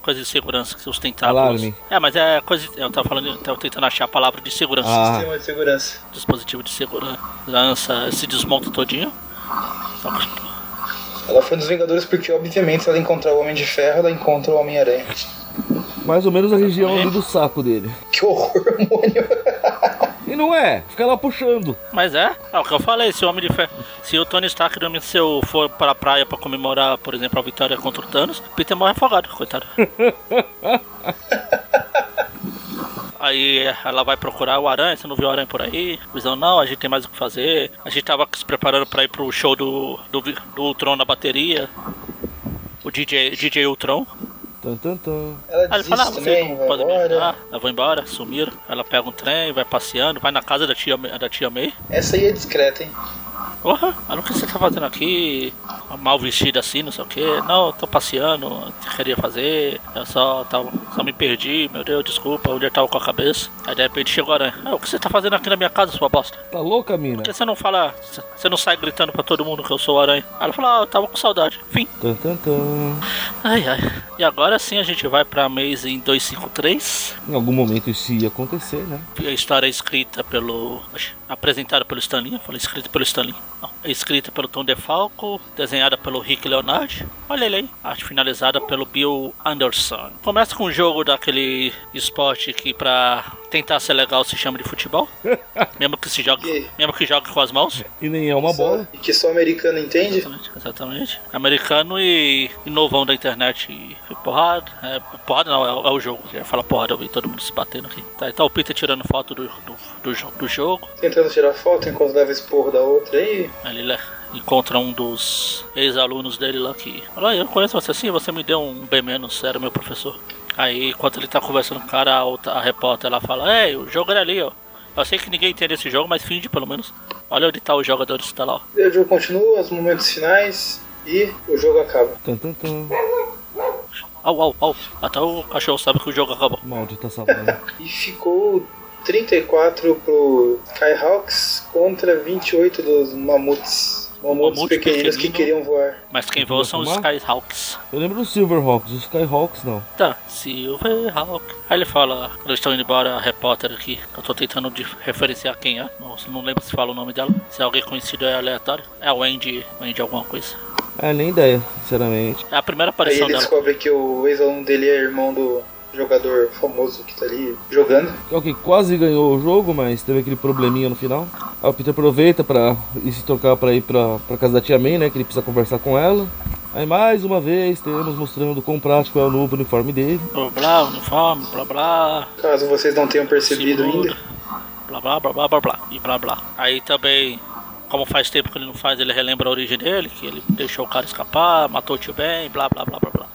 Coisa de segurança que os tentáculos. Alarme. É, mas é coisa. Eu tava falando, eu tava tentando achar a palavra de segurança. Ah. Sistema de segurança. Dispositivo de segurança se desmonta todinho. Só que- Ela foi dos Vingadores porque, obviamente, se ela encontrar o Homem de Ferro, ela encontra o Homem-Aranha. Mais ou menos a região ali do saco dele. Que horror, Mônio. E não é, fica lá puxando. Mas é, é o que eu falei, se o homem de ferro. Se o Tony Stark não se eu for pra praia pra comemorar, por exemplo, a vitória contra o Thanos, Peter morre afogado, coitado. Aí ela vai procurar o Aranha, você não viu o Aranha por aí? Visão, não, a gente tem mais o que fazer. A gente tava se preparando pra ir pro show do, do, Vi- do Ultron na bateria. O DJ, DJ Ultron. Tan, tan, tan. Ela Aí ele fala, ah, desiste vocês também, não vai podem me embora. ajudar. Ela vai embora, sumiram. Ela pega um trem, vai passeando, vai na casa da tia, May- da tia May. Essa aí é discreta, hein? Porra, mas o que você tá fazendo aqui? Mal vestido assim, não sei o que. Não, eu tô passeando, o que eu queria fazer. Eu só, tava, só me perdi, meu Deus, desculpa, onde eu tava com a cabeça. Aí de repente chegou a aranha. Ah, o que você tá fazendo aqui na minha casa, sua bosta? Tá louca, mina? Por que você não fala, você não sai gritando pra todo mundo que eu sou o aranha? Aí ela fala, ah, eu tava com saudade. Fim. Tan, tan, tan. Ai, ai. E agora sim a gente vai pra Amazing 253. Em algum momento isso ia acontecer, né? A história é escrita pelo. apresentada pelo Stanley, eu falei escrita pelo Stanley. Não, é escrita pelo Tom DeFalco, desenhada pelo Rick Leonard. Olha ele aí, arte finalizada pelo Bill Anderson. Começa com um jogo daquele esporte que pra tentar ser legal se chama de futebol. mesmo que se jogue, E- mesmo que jogue com as mãos. E nem é uma Só- bola. E que só americano entende? Exatamente, exatamente. Americano e, e novão da internet. E, e porrada. É, porrada não, é, o- é o jogo. Já fala porrada, eu vi todo mundo se batendo aqui. Tá, então o Peter tirando foto do, do, do, jo- do jogo. Tentando tirar foto enquanto leva esse porro da outra aí. Aí Ele le- né? encontra um dos ex-alunos dele lá que fala, "Ah, eu conheço você sim, você me deu um B menos, era meu professor. Aí enquanto ele tá conversando com o cara, a, outra- a repórter lá fala, é, o jogo era ali, ó. Eu sei que ninguém entende esse jogo, mas finge pelo menos. Olha onde tá os jogadores que tá lá, ó. E o jogo continua, os momentos finais e o jogo acaba. Tan, tan, tan. Au, au, au. Até o cachorro sabe que o jogo acabou. Maldita savana. E ficou 34 pro Kai Hawks contra 28 dos mamutes. Mamutes Mamute pequeninos que pequenino. queriam voar. Mas quem voa são os Fumar? Skyhawks. Eu lembro dos Silverhawks, os Skyhawks não. Tá, Silverhawk. Aí ele fala, quando eles estão indo embora, a repórter aqui, eu tô tentando de- referenciar quem é, não, não lembro se fala o nome dela, se é alguém conhecido é aleatório. É o Andy, Andy alguma coisa. É, nem ideia, sinceramente. É a primeira Aí aparição ele dela. descobre que o ex-aluno dele é irmão do jogador famoso que tá ali jogando. Que é o que quase ganhou o jogo, mas teve aquele probleminha no final. Aí o Peter aproveita pra ir se trocar pra ir pra, pra casa da tia May, né? Que ele precisa conversar com ela. Aí mais uma vez temos mostrando quão prático é o novo uniforme dele. Blá blá, uniforme, blá blá. Caso vocês não tenham percebido seguro, ainda. Blá blá blá blá blá blá. E blá blá. Aí também, como faz tempo que ele não faz, ele relembra a origem dele, que ele deixou o cara escapar, matou o tio Ben, blá blá blá blá blá.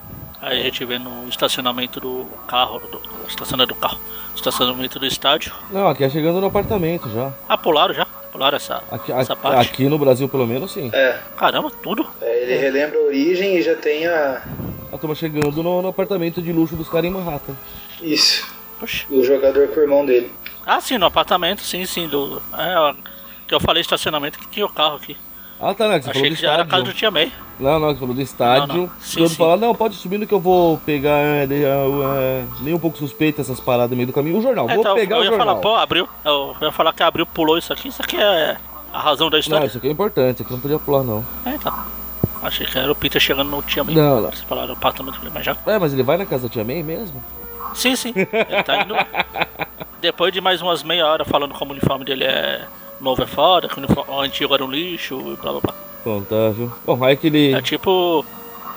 Aí a gente vê no estacionamento do carro, do, do estacionamento do carro, estacionamento do estádio. Não, aqui é chegando no apartamento já. Ah, pularam já? Pularam essa, Aqui, essa a- parte? aqui no Brasil, pelo menos, sim. É, Caramba, tudo? é, ele relembra a origem e já tem a. A turma chegando no, no apartamento de luxo dos caras em Manhattan. Isso, Oxi. do jogador com o irmão dele. Ah, sim, no apartamento, sim, sim. Do, é, ó, que eu falei estacionamento que tinha o carro aqui. Ah, tá, né? que Você falou Achei do que já era a estádio. casa do Tia May. Não, não, você falou do estádio. Não, Não, não. não. Sim, sim. falar, não, pode ir subindo que eu vou pegar. é, de- é, nem um pouco suspeita essas paradas no meio do caminho. O jornal, É, vou então, pegar eu o ia jornal. falar, pô, abriu. Eu ia falar que abriu, pulou isso aqui. Isso aqui é a razão da não, história. isso aqui é importante, isso aqui não podia pular, não. É, então. Achei que era o Peter chegando no Tia May. Não, não. Eles falaram apartamento, eu falei, mas já. É, mas ele vai na casa da Tia May mesmo? Sim, sim, ele tá indo lá. Depois de mais umas meia hora falando como o uniforme dele é novo é foda, que o, uniforme, o antigo era um lixo e blá blá blá. Contável. tá, Bom, aí que ele. É tipo.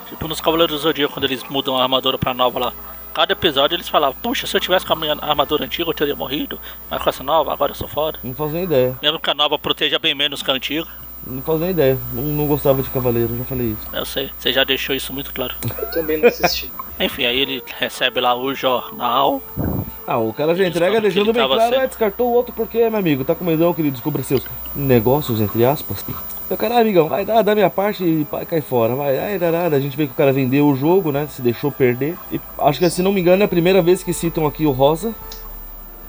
Tipo nos Cavaleiros do Zodíaco, quando eles mudam a armadura pra nova lá. Cada episódio eles falavam, puxa, se eu tivesse com a minha armadura antiga eu teria morrido, mas com essa nova agora eu sou foda. Não faz nem ideia. Mesmo que a nova proteja bem menos que a antiga, Não faz nem ideia. Não, não gostava de cavaleiro, já falei isso. né, eu sei, você já deixou isso muito claro. Eu também não assisti. Enfim, aí ele recebe lá o jornal, Ah, o cara já Ele descobre que entrega deixando ele bem tava claro, sendo- ah, descartou o outro porque, meu amigo, tá com medão que ele descubra seus negócios, entre aspas. Eu, cara, ah, amigão, vai dar, dá minha parte e pá, cai fora, vai. Ai, dá nada. A gente vê que o cara vendeu o jogo, né? Se deixou perder. E acho que, se não me engano, é a primeira vez que citam aqui o Rosa.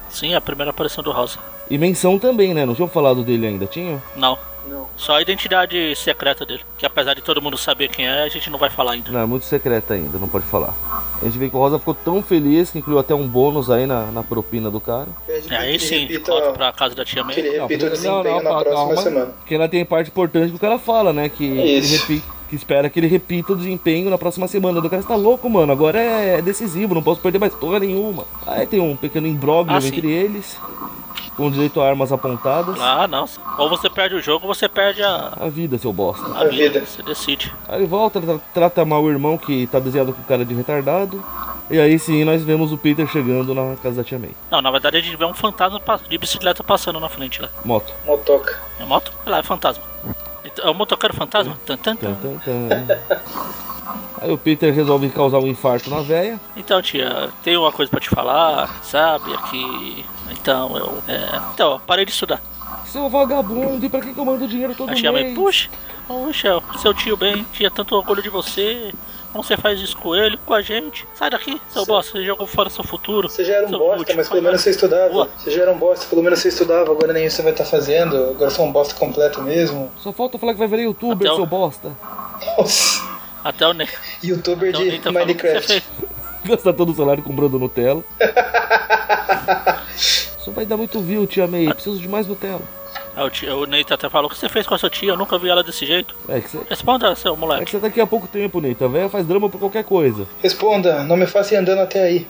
sim, a primeira aparição do Rosa. E menção também, né? Não tinham falado dele ainda, tinha? Não, Não. só a identidade secreta dele, que apesar de todo mundo saber quem é, a gente não vai falar ainda. Não, é muito secreta ainda, não pode falar. A gente vê que o Rosa ficou tão feliz que incluiu até um bônus aí na, na propina do cara. Pede E É, aí que sim, ele volta repita, pra casa da tia que May. ele repita o desempenho na calma, próxima calma, semana. Porque ela tem parte importante que o cara fala, né? Que, ele Isso. repi- que espera que ele repita o desempenho na próxima semana. O cara está louco, mano. Agora é decisivo, não posso perder mais porra nenhuma. Aí tem um pequeno imbróglio Ah, sim. entre eles, com direito a armas apontadas. Ah, não. Ou você perde o jogo ou você perde a, A vida, seu bosta. a vida. vida. Você decide. Aí ele volta, tra- trata mal o irmão que tá desenhado com cara de retardado. E aí sim nós vemos o Peter chegando na casa da tia May. Não, na verdade a gente vê um fantasma pa- de bicicleta passando na frente lá. Moto. Motoca. É moto? Olha lá, é fantasma. Então, É o motoqueiro fantasma? Tan, tan, Tan, tan. tan, tan. Aí o Peter resolve causar um infarto na véia. Então, tia, tem uma coisa pra te falar, sabe? Aqui. Então, eu. É... Então, ó, parei de estudar. Seu vagabundo, e pra que que eu mando dinheiro todo A tia mês? mãe, puxa, puxa, seu tio bem, tinha tanto orgulho de você. Como você faz isso com ele, com a gente? Sai daqui, seu bosta, você jogou fora seu futuro. Você já era um seu bosta, último mas pelo pagamento. menos você estudava. Boa. Você já era um bosta, pelo menos você estudava. Agora nem isso você vai estar fazendo. Agora você é um bosta completo mesmo. Só falta falar que vai virar youtuber, Até o- seu bosta. Nossa. Até o, ne... Youtuber até o de Neita falou tá que você Minecraft. fez. Gastar todo o salário comprando Nutella. Só vai dar muito view, tia May. Preciso de mais Nutella. Aí o tio- O Neita até falou: O que você fez com a sua tia? Eu nunca vi ela desse jeito. É que você. Responda, seu É que moleque. você tá aqui há pouco tempo, Neita. A véia faz drama por qualquer coisa. Responda, não me faça ir andando até aí.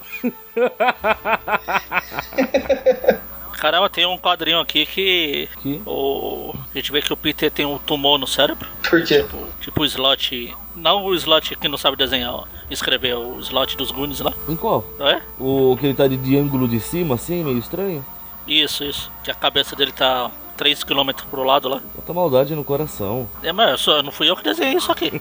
Caramba, tem um quadrinho aqui que. Que? O... A gente vê que o Peter tem um tumor no cérebro. Por quê? Tipo, tipo o slot. Não o slot que não sabe desenhar, ó, escrever, o slot dos Goonies lá, Em qual? não é? O que ele tá de, de ângulo de cima, assim, meio estranho? Isso, isso. Que a cabeça dele tá 3km pro lado lá. Bota maldade no coração. É, mas eu só- não fui eu que desenhei isso aqui.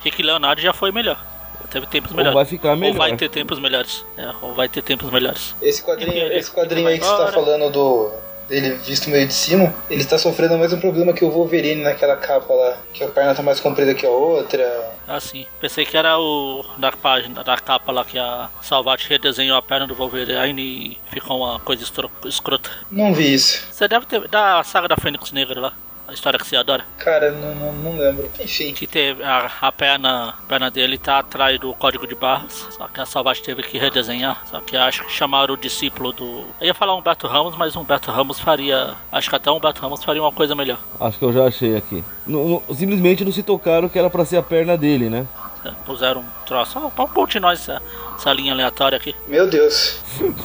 Rick Leonardo já foi melhor. Teve tempos melhores. vai ficar melhor. Ou vai ter tempos melhores. É, ou vai ter tempos melhores. Esse quadrinho, Ele- esse quadrinho aí que você tá agora- falando do dele visto meio de cima, ele tá sofrendo o mesmo problema que o Wolverine naquela capa lá, que a perna tá mais comprida que a outra. Ah, sim. Pensei que era o da página, da capa lá que a Salvati redesenhou a perna do Wolverine e ficou uma coisa estro- escrota. Não vi isso. Você deve ter. da saga da Fênix Negra lá. A história que você adora. Cara, não, não, não lembro. Enfim, Que teve a, a perna, a perna dele tá atrás do código de barras. Só que a Salvati teve que redesenhar. Só que acho que chamaram o discípulo do. Eu ia falar Humberto Ramos, mas Humberto Ramos faria. Acho que até Humberto Ramos faria uma coisa melhor. Acho que eu já achei aqui. Não- não- simplesmente não se tocaram que era pra ser a perna dele, né? É, Puseram um troço. Ah, vamos continuar essa, essa linha aleatória aqui. meu Deus.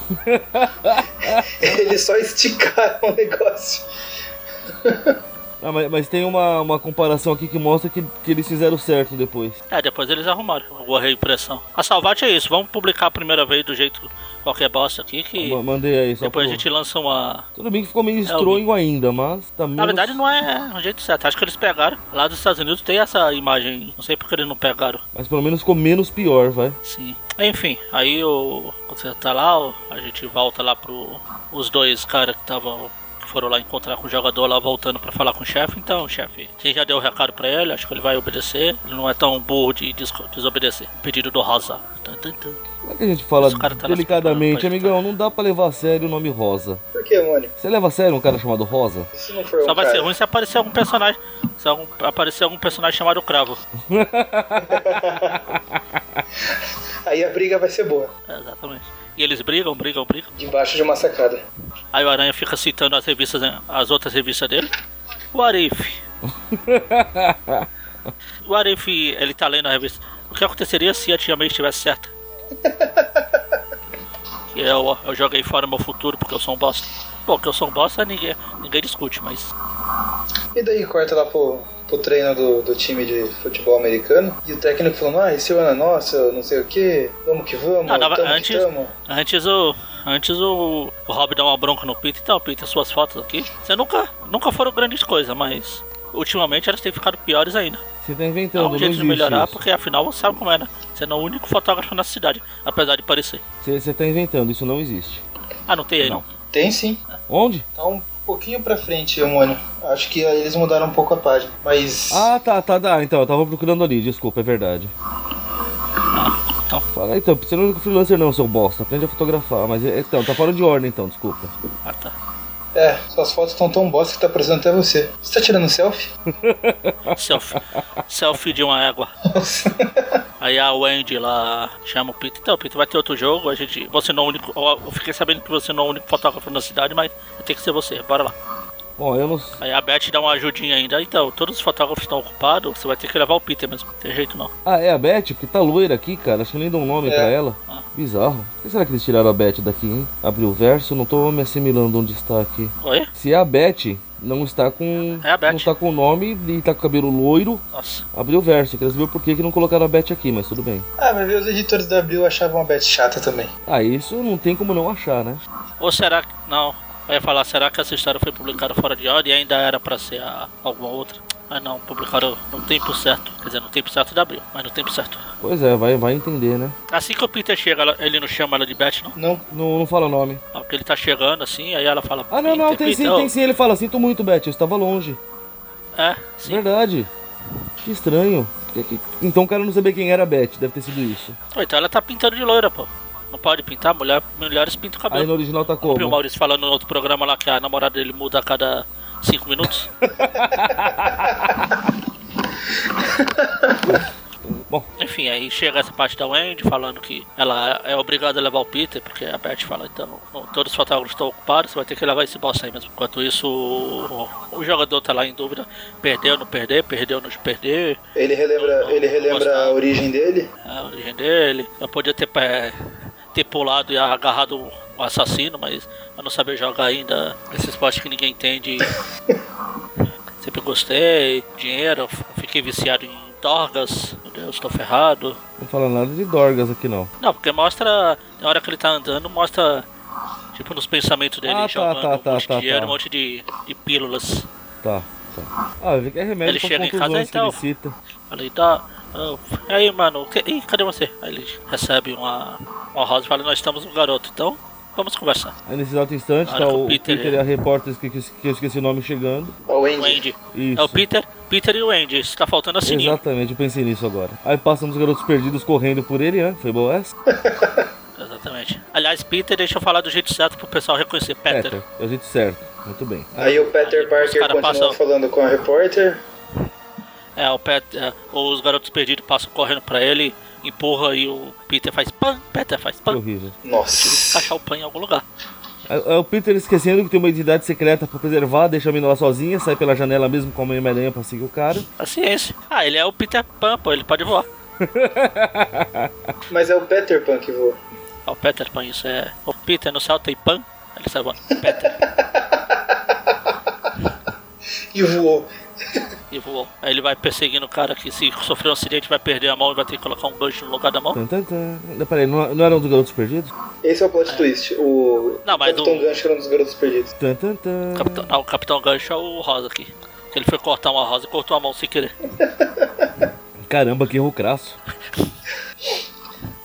Eles só esticaram o negócio. Ah, mas, mas tem uma, uma comparação aqui que mostra que, que eles fizeram certo depois. É, depois eles arrumaram alguma reimpressão. A Salvati é isso, vamos publicar a primeira vez do jeito qualquer bosta aqui, que Ma- Mandei aí, só depois a pro- gente lança uma. Tudo bem que ficou meio estronho ainda, mas tá menos... Na verdade não é um jeito certo, acho que eles pegaram. Lá dos Estados Unidos tem essa imagem, não sei porque eles não pegaram. Mas pelo menos ficou menos pior, vai. Sim. Enfim, aí o. Quando você tá lá, o- a gente volta lá pro. Os dois caras que estavam. Que foram lá encontrar com o jogador lá voltando pra falar com o chefe. Então, chefe, você já deu o recado pra ele, acho que ele vai obedecer. Ele não é tão burro de des- desobedecer. Pedido do Rosa. Tan, tan, tan. Como é que a gente fala Esse cara tá nas delicadamente, pernas, amigão? Não dá pra levar a sério o nome Rosa. Por que, Mônio? Você leva a sério um Hum. cara chamado Rosa? Isso não foi Só um vai cara. ser ruim se aparecer algum personagem. Se algum- aparecer algum personagem chamado Cravo. Aí a briga vai ser boa. É, exatamente. E eles brigam, brigam, brigam. Debaixo de uma sacada. Aí o Aranha fica citando as revistas, né, as outras revistas dele. O Arif. O Arif, ele tá lendo a revista. O que aconteceria se a Tia May estivesse certa? Que eu, eu joguei fora meu futuro porque eu sou um bosta. Bom, que eu sou um bosta, ninguém, ninguém discute, mas. E daí corta lá pro, pro treino do, do time de futebol americano. E o técnico falando, ah, esse ano é nosso, não sei o que, vamos que vamos, Não, dava- tamo que Ah, antes- tamo. Antes o. Antes o, o Rob dá uma bronca no Peter. Então, Peter, suas fotos aqui. Você nunca, nunca foram grandes coisas, mas. Ultimamente elas têm ficado piores ainda. Você tá É inventando, um não jeito de existe melhorar, isso. porque afinal você sabe como é, né? Você não é o único fotógrafo na cidade, apesar de parecer. Você, você tá inventando, isso não existe. Ah, não tem aí, não. Tem sim. Onde? Tá um pouquinho pra frente, Mônio. Acho que aí eles mudaram um pouco a página. Mas. Ah, tá, tá, dá. Então, eu tava procurando ali, desculpa, é verdade. então. Fala então, você não é único freelancer não, seu bosta. Aprende a fotografar, mas é- então, tá fora de ordem então, desculpa. Ah, tá. É, suas fotos estão tão bosta que tá parecendo até você. Você tá tirando selfie? Selfie. Selfie de uma égua. Nossa. Aí a Wendy lá chama o Peter. Então, Peter, vai ter outro jogo. A gente. Você não é o único. ó, Eu fiquei sabendo que você não é o único fotógrafo na cidade, mas tem que ser você. Bora lá. Bom, eu não. Aí a Beth dá uma ajudinha ainda. Então, todos os fotógrafos estão ocupados. Você vai ter que levar o Peter mesmo. Não tem jeito não. Ah, é a Beth? Porque tá loira aqui, cara. Acho que nem deu um nome É. pra ela. Ah. Bizarro. Por que será que eles tiraram a Beth daqui, hein? Abriu o verso, não tô me assimilando onde está aqui. Oi? Se a Beth não está com. É a Beth. Não está com o nome e tá com o cabelo loiro, Nossa. abriu o verso. Queria saber por que, que não colocaram a Beth aqui, mas tudo bem. Ah, vai ver, os editores da Abril achavam a Beth chata também. Ah, isso não tem como não achar, né? Ou será que. Não. Eu ia falar, será que essa história foi publicada fora de ordem e ainda era pra ser a- alguma outra? Ah não, publicaram no tempo certo. Quer dizer, no tempo certo de abril, mas no tempo certo. Pois é, vai, vai entender, né? Assim que o Peter chega, ela- ele não chama ela de Beth, não? Não. Não, não fala nome. Ah, Porque ele tá chegando assim, aí ela fala. Ah, não, não, "Peter, tem sim, Peter", tem sim. Ele fala, sinto muito, Beth, eu estava longe. oh, É, sim. Verdade. Que estranho. Por que que- Então o cara não sabia quem era a Beth, deve ter sido isso. Oh, então ela tá pintando de loira, pô. Não pode pintar, mulher, mulheres pintam o Aí no cabelo. original tá Eu vi o como? Maurício falando no outro programa lá que a namorada dele muda a cada cinco minutos. Bom. Enfim, aí chega essa parte da Wendy falando que ela é obrigada a levar o Peter, porque a Beth fala, então, bom, todos os fotógrafos estão ocupados, você vai ter que levar esse bosta aí mesmo. Enquanto isso, o, o jogador tá lá em dúvida, perdeu, não perder, perdeu, não perder, Ele relembra, ele relembra a origem dele? a origem dele. Eu podia ter, eh, ter pulado e agarrado o assassino, mas eu não sabia jogar ainda esse esporte que ninguém entende. Sempre gostei, dinheiro, f- fiquei viciado em dorgas, meu Deus, tô ferrado. Não fala nada de Dorgas aqui não. Não, porque mostra, na hora que ele tá andando, mostra, tipo, nos pensamentos dele, Ah, tá, jogando tá, tá, um monte tá, de dinheiro, tá. um monte de, de pílulas. Tá, tá. Ah, ele quer remédio Ele pra chega em casa, contusões que então. ele cita. Falei, tá. ah, E aí, mano, que, ih, cadê você? Aí ele recebe uma, uma rosa e fala, nós estamos um garoto, então vamos conversar. Aí nesse exato instante Ah, tá com o o Peter, Peter, e a repórter que, que- que eu esqueci o nome chegando. A Wendy. O Andy. Isso. É o Peter, Peter e o Andy, isso tá faltando assim. Exatamente, eu pensei nisso agora. Aí passamos os garotos perdidos correndo por ele, né? Foi boa essa? Exatamente. Aliás, Peter, deixa eu falar do jeito certo pro pessoal reconhecer. Peter. Peter. É o jeito certo. Muito bem. Aí o Peter Aí os Parker cara continua passam. falando com a repórter. É, o Peter, é, os garotos perdidos passam correndo pra ele, empurra e o Peter faz pan, Peter faz Que pan. horrível. Nossa. Achar o pan em algum lugar. É é o Peter esquecendo que tem uma entidade secreta pra preservar, deixa a menina lá sozinha, sai pela janela mesmo com a Homem-Aranha pra seguir o cara. A ciência. Ah, ele é o Peter Pan, pô, ele pode voar. Mas é o Peter Pan que voa. É o Peter Pan, isso é. O Peter no céu tem pan, ele sai voando. Peter. E voou. e voou. Aí ele vai perseguindo o cara que se sofrer um acidente vai perder a mão e vai ter que colocar um gancho no lugar da mão. Tan, tan, tan. Não, Peraí, não, não era um dos garotos perdidos? Esse é o plot twist. O Não, mas Capitão o- Gancho era um dos garotos perdidos. Tan, tan, tan. Capitão, não, o Capitão Gancho é o Rosa aqui. Ele foi cortar uma rosa e cortou a mão sem querer. Caramba, que erro crasso.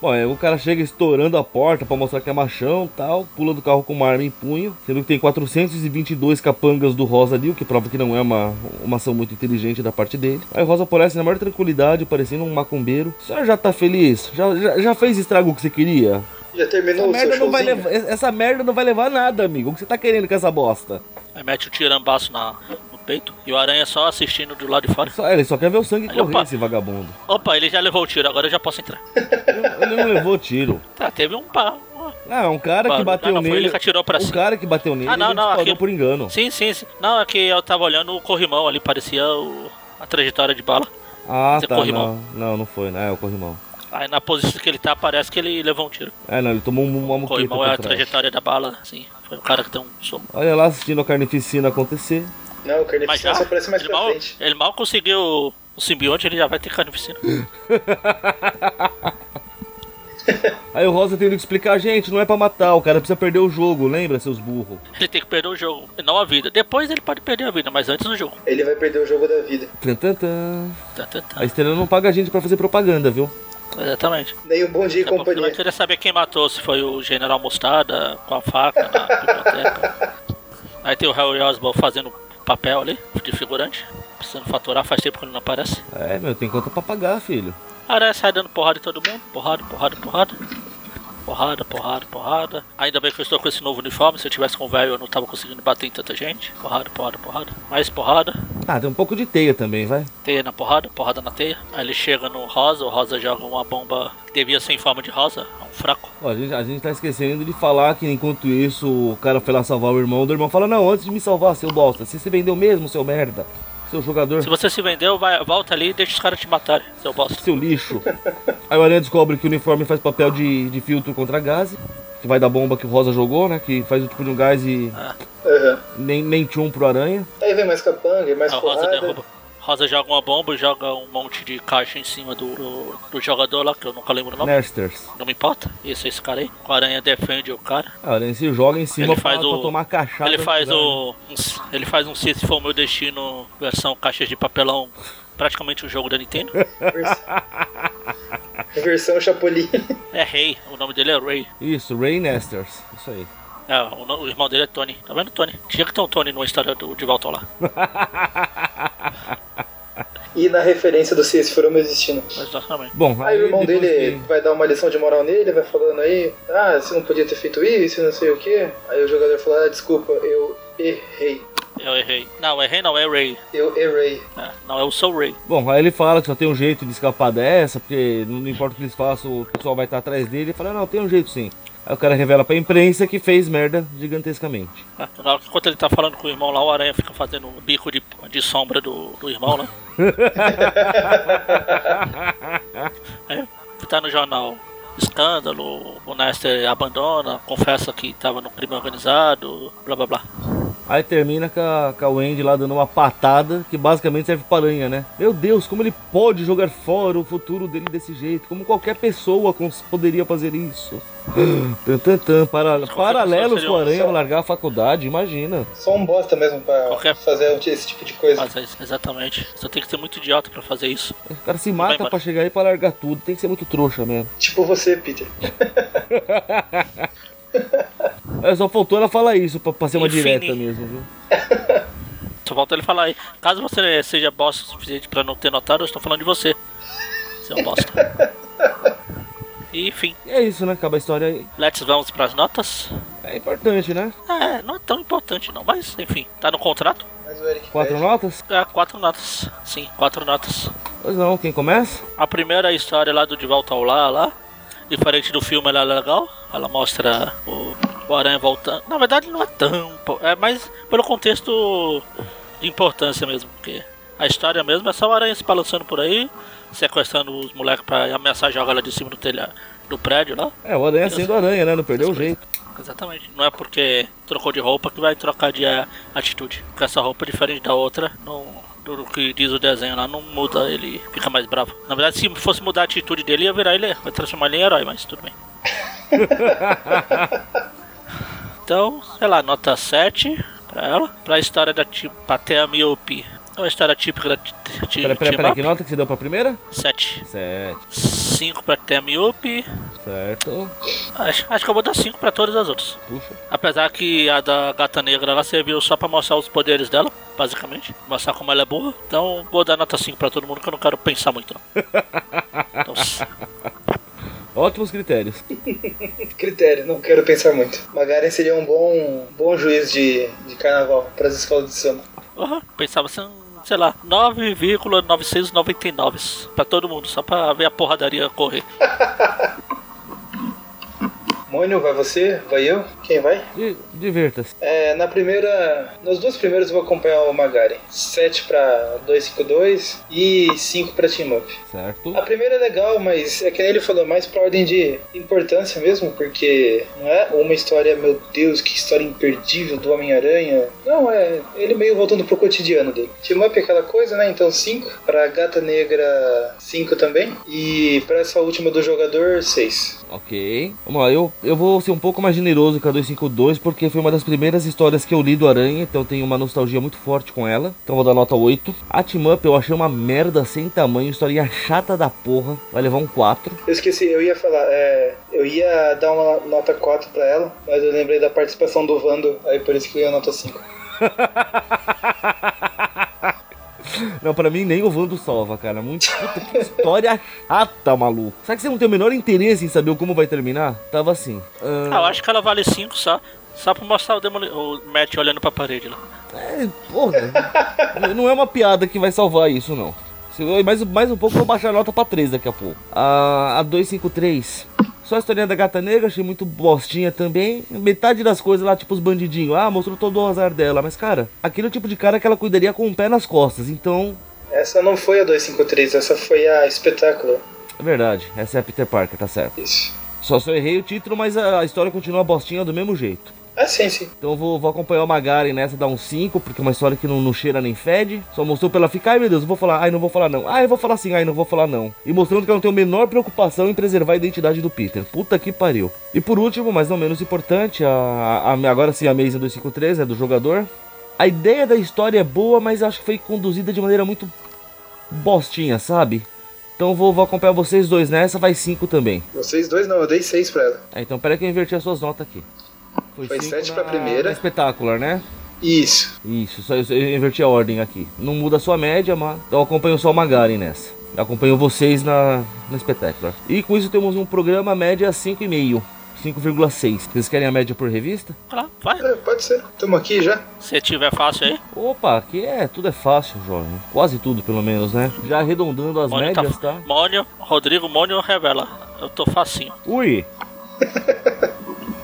Bom, aí o cara chega estourando a porta pra mostrar que é machão e tal, pula do carro com uma arma em punho, sendo que tem 422 capangas do Rosa ali, o que prova que não é uma, uma ação muito inteligente da parte dele. Aí o Rosa aparece na maior tranquilidade, parecendo um macumbeiro. O senhor já tá feliz? Já, já, já fez estrago que você queria? Já Essa terminou o seu merda, não vai showzinho? levar, essa merda não vai levar nada, amigo. O que você tá querendo com essa bosta? Aí mete o tirambaço na, no peito e o aranha só assistindo do lado de fora. Só- ele só quer ver o sangue Aí, correr, opa. esse vagabundo. Opa, ele já levou o tiro, agora eu já posso entrar. Ele, ele não levou tiro. Tá, teve um pá. Ah, um cara que Barulho. bateu Ah, não, foi nele. ele que atirou pra o cima. cara que bateu nele, Ah, não, ele não, disparou aquele- por engano. Sim, sim, sim. Não, é que eu tava olhando o corrimão ali, parecia o- a trajetória de bala. Ah, Esse é tá. corrimão. Não, não, não foi, né? É o corrimão. Aí na posição que ele tá, parece que ele levou um tiro. É, não, ele tomou um- uma O muqueta corrimão é pra a trás. trajetória da bala, sim. Foi o cara que deu um soco. Olha lá, assistindo a carnificina acontecer. Não, o Mas já, Carnificina só aparece mais ele, pra mal, frente. ele mal conseguiu o simbionte, ele já vai ter carnificina. Aí o Rosa tendo que explicar, gente, não é pra matar, o cara precisa perder o jogo, lembra, seus burros? Ele tem que perder o jogo, e não a vida. Depois ele pode perder a vida, mas antes do jogo. Ele vai perder o jogo da vida. Tan, tan, tan. Tá, tá, tá. A estrela não paga a gente pra fazer propaganda, viu? Exatamente. Tá Nem o Bom Dia e Daqui a pouco ele vai Companhia. querer saber quem matou, se foi o General Mostarda com a faca na biblioteca. Aí tem o Harry Osborn fazendo papel ali, de figurante. Precisando faturar, faz tempo que ele não aparece. É, meu, tem conta pra pagar, filho. Aranha sai dando porrada em todo mundo. Porrada, porrada, porrada. Porrada, porrada, porrada. Ainda bem que eu estou com esse novo uniforme. Se eu tivesse com o velho, eu não tava conseguindo bater em tanta gente. Porrada, porrada, porrada. Mais porrada. Ah, tem um pouco de teia também, vai. Teia na porrada, porrada na teia. Aí ele chega no rosa, o rosa joga uma bomba que devia ser em forma de rosa. É um fraco. Ó, a, gente, a gente tá esquecendo de falar que enquanto isso o cara foi lá salvar o irmão do irmão. Fala, não, antes de me salvar, seu bosta, você se vendeu mesmo, seu merda. Seu jogador, Se você se vendeu, vai, volta ali e deixa os caras te matarem, seu bosta. seu lixo. Aí o Aranha descobre que o uniforme faz papel de, de filtro contra gás, que vai da bomba que o Rosa jogou, né? Que faz o tipo de um gás e Aham. nem, nem tchum pro Aranha. Aí vem mais capanga, mais Aí Ah, o rosa porrada. derruba. Rosa joga uma bomba, joga um monte de caixa em cima do, do, do jogador lá, que eu nunca lembro o Né. nome. Nesters. Não me importa. Isso é esse cara aí. O aranha defende o cara. Ah, o Aranha se joga em cima Ele faz pra, o- pra tomar cachaça. Ele faz né? o. um s- ele faz um Se Esse For Meu Destino versão caixas de papelão, praticamente um jogo da Nintendo. Vers- Versão Chapolin. É Ray, o nome dele é Ray. Isso, Ray Nesters. Isso aí. É, o, no- o irmão dele é Tony. Tá vendo, Tony? Tinha que ter um Tony numa história do, de Volta lá. E na referência do Se Esse For o Meu Destino. Exatamente. Bom, Aí o irmão depois dele que- vai dar uma lição de moral nele, vai falando aí, ah, você não podia ter feito isso, não sei o quê. Aí o jogador fala, ah, desculpa, eu errei. Eu errei. Não, errei não, é Ray. Eu errei. É, não, é o Soul Ray. Bom, aí ele fala que só tem um jeito de escapar dessa, porque não importa o que eles façam, o pessoal vai estar atrás dele. Ele fala, não, tem um jeito sim. Aí o cara revela pra imprensa que fez merda gigantescamente. É, Na hora que enquanto ele tá falando com o irmão lá, o aranha fica fazendo um bico de, de sombra do, do irmão né? lá. é, tá no jornal. Escândalo, o Nester abandona, confessa que tava no crime organizado, blá blá blá. Aí termina com a, com a Wendy lá dando uma patada, que basicamente serve pra aranha, né? Meu Deus, como ele pode jogar fora o futuro dele desse jeito? Como qualquer pessoa cons- poderia fazer isso? Tan, tan, tan, para, paralelos seria com a um- aranha vai largar a faculdade, imagina. Só um bosta mesmo pra Qualquer- fazer um- esse tipo de coisa. Mas é isso, exatamente. Você tem que ser muito idiota pra fazer isso. O cara se Vai mata embora. pra chegar aí pra largar tudo, tem que ser muito trouxa mesmo. Tipo você, Peter. É, só faltou ela falar isso pra, pra ser uma Enfim, direta né? mesmo, viu? Só falta ele falar aí. Caso você seja bosta o suficiente pra não ter notado, eu estou falando de você. Seu bosta. E, enfim, E é isso, né? Acaba a história aí. let's vamos pras notas. É importante, né? É, não é tão importante não, mas enfim, tá no contrato? Mas o Eric Quatro pede. notas? É, quatro notas. Sim, quatro notas. Pois não, quem começa? A primeira é a história lá do De Volta ao Lar, lá. Diferente do filme, ela é legal. Ela mostra o, o Aranha voltando. Na verdade, não é tão. po- É mais pelo contexto de importância mesmo. Porque a história mesmo é só o Aranha se balançando por aí, sequestrando os moleques pra ameaçar jogar lá de cima do telhado do prédio lá. É, o Aranha sendo Aranha, né? Não perdeu o jeito. Exatamente. Não é porque trocou de roupa que vai trocar de eh, atitude. Porque essa roupa é diferente da outra. Não, do que diz o desenho lá, não muda, ele fica mais bravo. Na verdade, se fosse mudar a atitude dele, ia virar ele, vai transformar ele em herói, mas tudo bem. então, sei lá, nota 7 pra ela. Pra história da tipo, até a miopi. É uma história típica da ti- ti- Pera, pera, pera, que team-up. nota que você deu pra primeira? 7. Sete. 5 pra até a miopi. Certo. Acho, acho que eu vou dar 5 pra todas as outras. Puxa. Apesar que a da gata negra ela serviu só pra mostrar os poderes dela, basicamente. Mostrar como ela é burra. Então vou dar nota 5 pra todo mundo que eu não quero pensar muito. Não. Então, s- Ótimos critérios. Critério, não quero pensar muito. Magaren seria um bom, bom juiz de, de carnaval para as escolas de samba. aham, pensava assim, sei lá, 9,999 pra todo mundo, só pra ver a porradaria correr. Mônio, vai você? Vai eu? Quem vai? E Divirta-se. É, na primeira. Nas duas primeiras eu vou acompanhar o Magari. 7 pra 252 e 5 pra Team Up. Certo? A primeira é legal, mas é que nem ele falou, mais pra ordem de importância mesmo, porque não é uma história, meu Deus, que história imperdível do Homem-Aranha. Não, é ele meio voltando pro cotidiano dele. Team Up é aquela coisa, né? Então 5. Pra Gata Negra, 5 também. E pra essa última do jogador, 6. Ok. Vamos lá, eu, eu vou ser um pouco mais generoso com a 252, porque foi uma das primeiras histórias que eu li do Aranha, então eu tenho uma nostalgia muito forte com ela. Então eu vou dar nota 8. A Team Up eu achei uma merda sem tamanho, historinha chata da porra. Vai levar um 4. Eu esqueci, eu ia falar, é, eu ia dar uma nota 4 pra ela, mas eu lembrei da participação do Vando, aí por isso que eu ia nota 5. Não, pra mim nem o Vando salva, cara. Muito puta, que história chata, maluco. Será que você não tem o menor interesse em saber como vai terminar? Tava assim. ahn, Ah, eu acho que ela vale 5 só. Só pra mostrar o, Demoli- o Matt olhando pra parede lá. É, porra. n- não é uma piada que vai salvar isso, não. Se eu- Mais, mais um pouco eu vou baixar a nota pra 3 daqui a pouco. A, a 253. Só a historinha da gata negra, achei muito bostinha também. Metade das coisas lá, tipo os bandidinhos. Ah, mostrou todo o azar dela. Mas, cara, aquele é o tipo de cara que ela cuidaria com o pé nas costas. Então, Essa não foi a 253, essa foi a espetáculo. é verdade. Essa é a Peter Parker, tá certo. Isso. Só só errei o título, mas a, a história continua bostinha do mesmo jeito. Ah, sim, sim. Então eu vou, vou acompanhar o Magari nessa, dar um 5, porque é uma história que não, não cheira nem fede. Só mostrou pra ela ficar, ai meu Deus, eu vou falar, ai não vou falar não. Ai eu vou falar sim, ai não vou falar não. E mostrando que ela não tem a menor preocupação em preservar a identidade do Peter. Puta que pariu. E por último, mas não menos importante, a, a- agora sim a mesa 253, é do jogador. A ideia da história é boa, mas acho que foi conduzida de maneira muito bostinha, sabe? Então eu vou, vou acompanhar vocês dois nessa, vai 5 também. Vocês dois não, eu dei 6 pra ela. Ah, então pera que eu inverti as suas notas aqui. Foi cinco sete na- pra primeira. na Espetacular, né? Isso. Isso, só eu, eu inverti a ordem aqui. Não muda a sua média, mas então eu acompanho só o Magari nessa. Eu acompanho vocês na, na Espetacular. E com isso temos um programa média 5,5. 5,6. Vocês querem a média por revista? Vai lá, vai. É, pode ser. Tamo aqui já. Se tiver fácil aí. Opa, aqui é, tudo é fácil, jovem. Quase tudo, pelo menos, né? Já arredondando as Mônio médias, tá, tá? Mônio, Rodrigo Mônio revela. Eu tô facinho. Ui!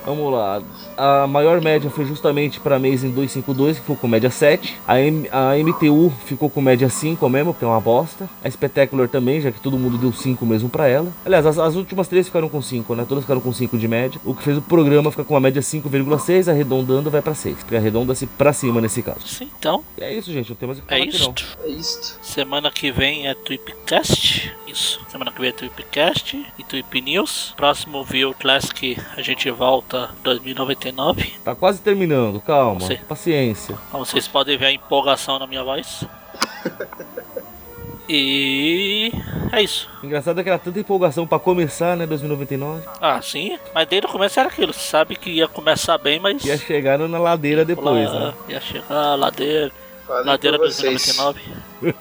Vamos lá. A maior média foi justamente para Amazing 252, que ficou com média 7. A, M- a MTU ficou com média 5 mesmo, que é uma bosta. A Spectacular também, já que todo mundo deu 5 mesmo para ela. Aliás, as, as últimas três ficaram com 5, né? Todas ficaram com 5 de média. O que fez o programa ficar com uma média 5,6, arredondando vai para 6. Porque arredonda-se para cima nesse caso. Sim, então, E é isso, gente. Não tem mais o que é falar aqui, isso. não. É isto. Semana que vem é Tweepcast. Isso. Semana que vem é Tweepcast e Tweep News. Próximo View Classic a gente volta 2099. Tá quase terminando, calma. Sim. Paciência. Como vocês podem ver a empolgação na minha voz. E é isso. Engraçado é que era tanta empolgação para começar, né? 2099. Ah, sim. Mas desde o começo era aquilo. Sabe que ia começar bem, mas. Ia chegar é na ladeira depois, lá, né? ia chegar ladeira. Falem Ladeira por vocês. 2099.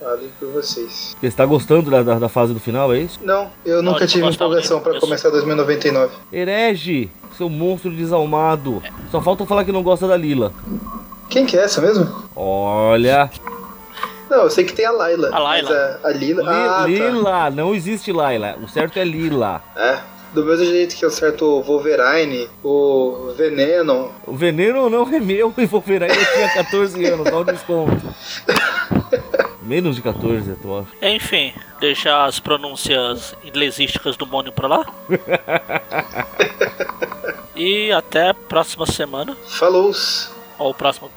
Falem por vocês. né? Você está gostando da, da, da fase do final, é isso? Não, eu Não, nunca eu tive gostava empolgação mesmo, pra eu começar 2099. Herege, seu monstro desalmado. Só falta falar que não gosta da Lila. Quem que é essa mesmo? Olha. Não, eu sei que tem a Laila. A Laila. Mas a, a Lila. Li- ah, tá. Lila, não existe Laila. O certo é Lila. É. Do mesmo jeito que eu certo o Wolverine, o Veneno. O veneno não é meu e vou virar eu tinha 14 anos, dá um desconto. Menos de 14, eu acho. Enfim, deixar as pronúncias inglesísticas do Mônio pra lá. e até a próxima semana, Falou! ou o próximo,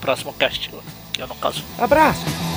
próximo cast, que é no caso. Abraço!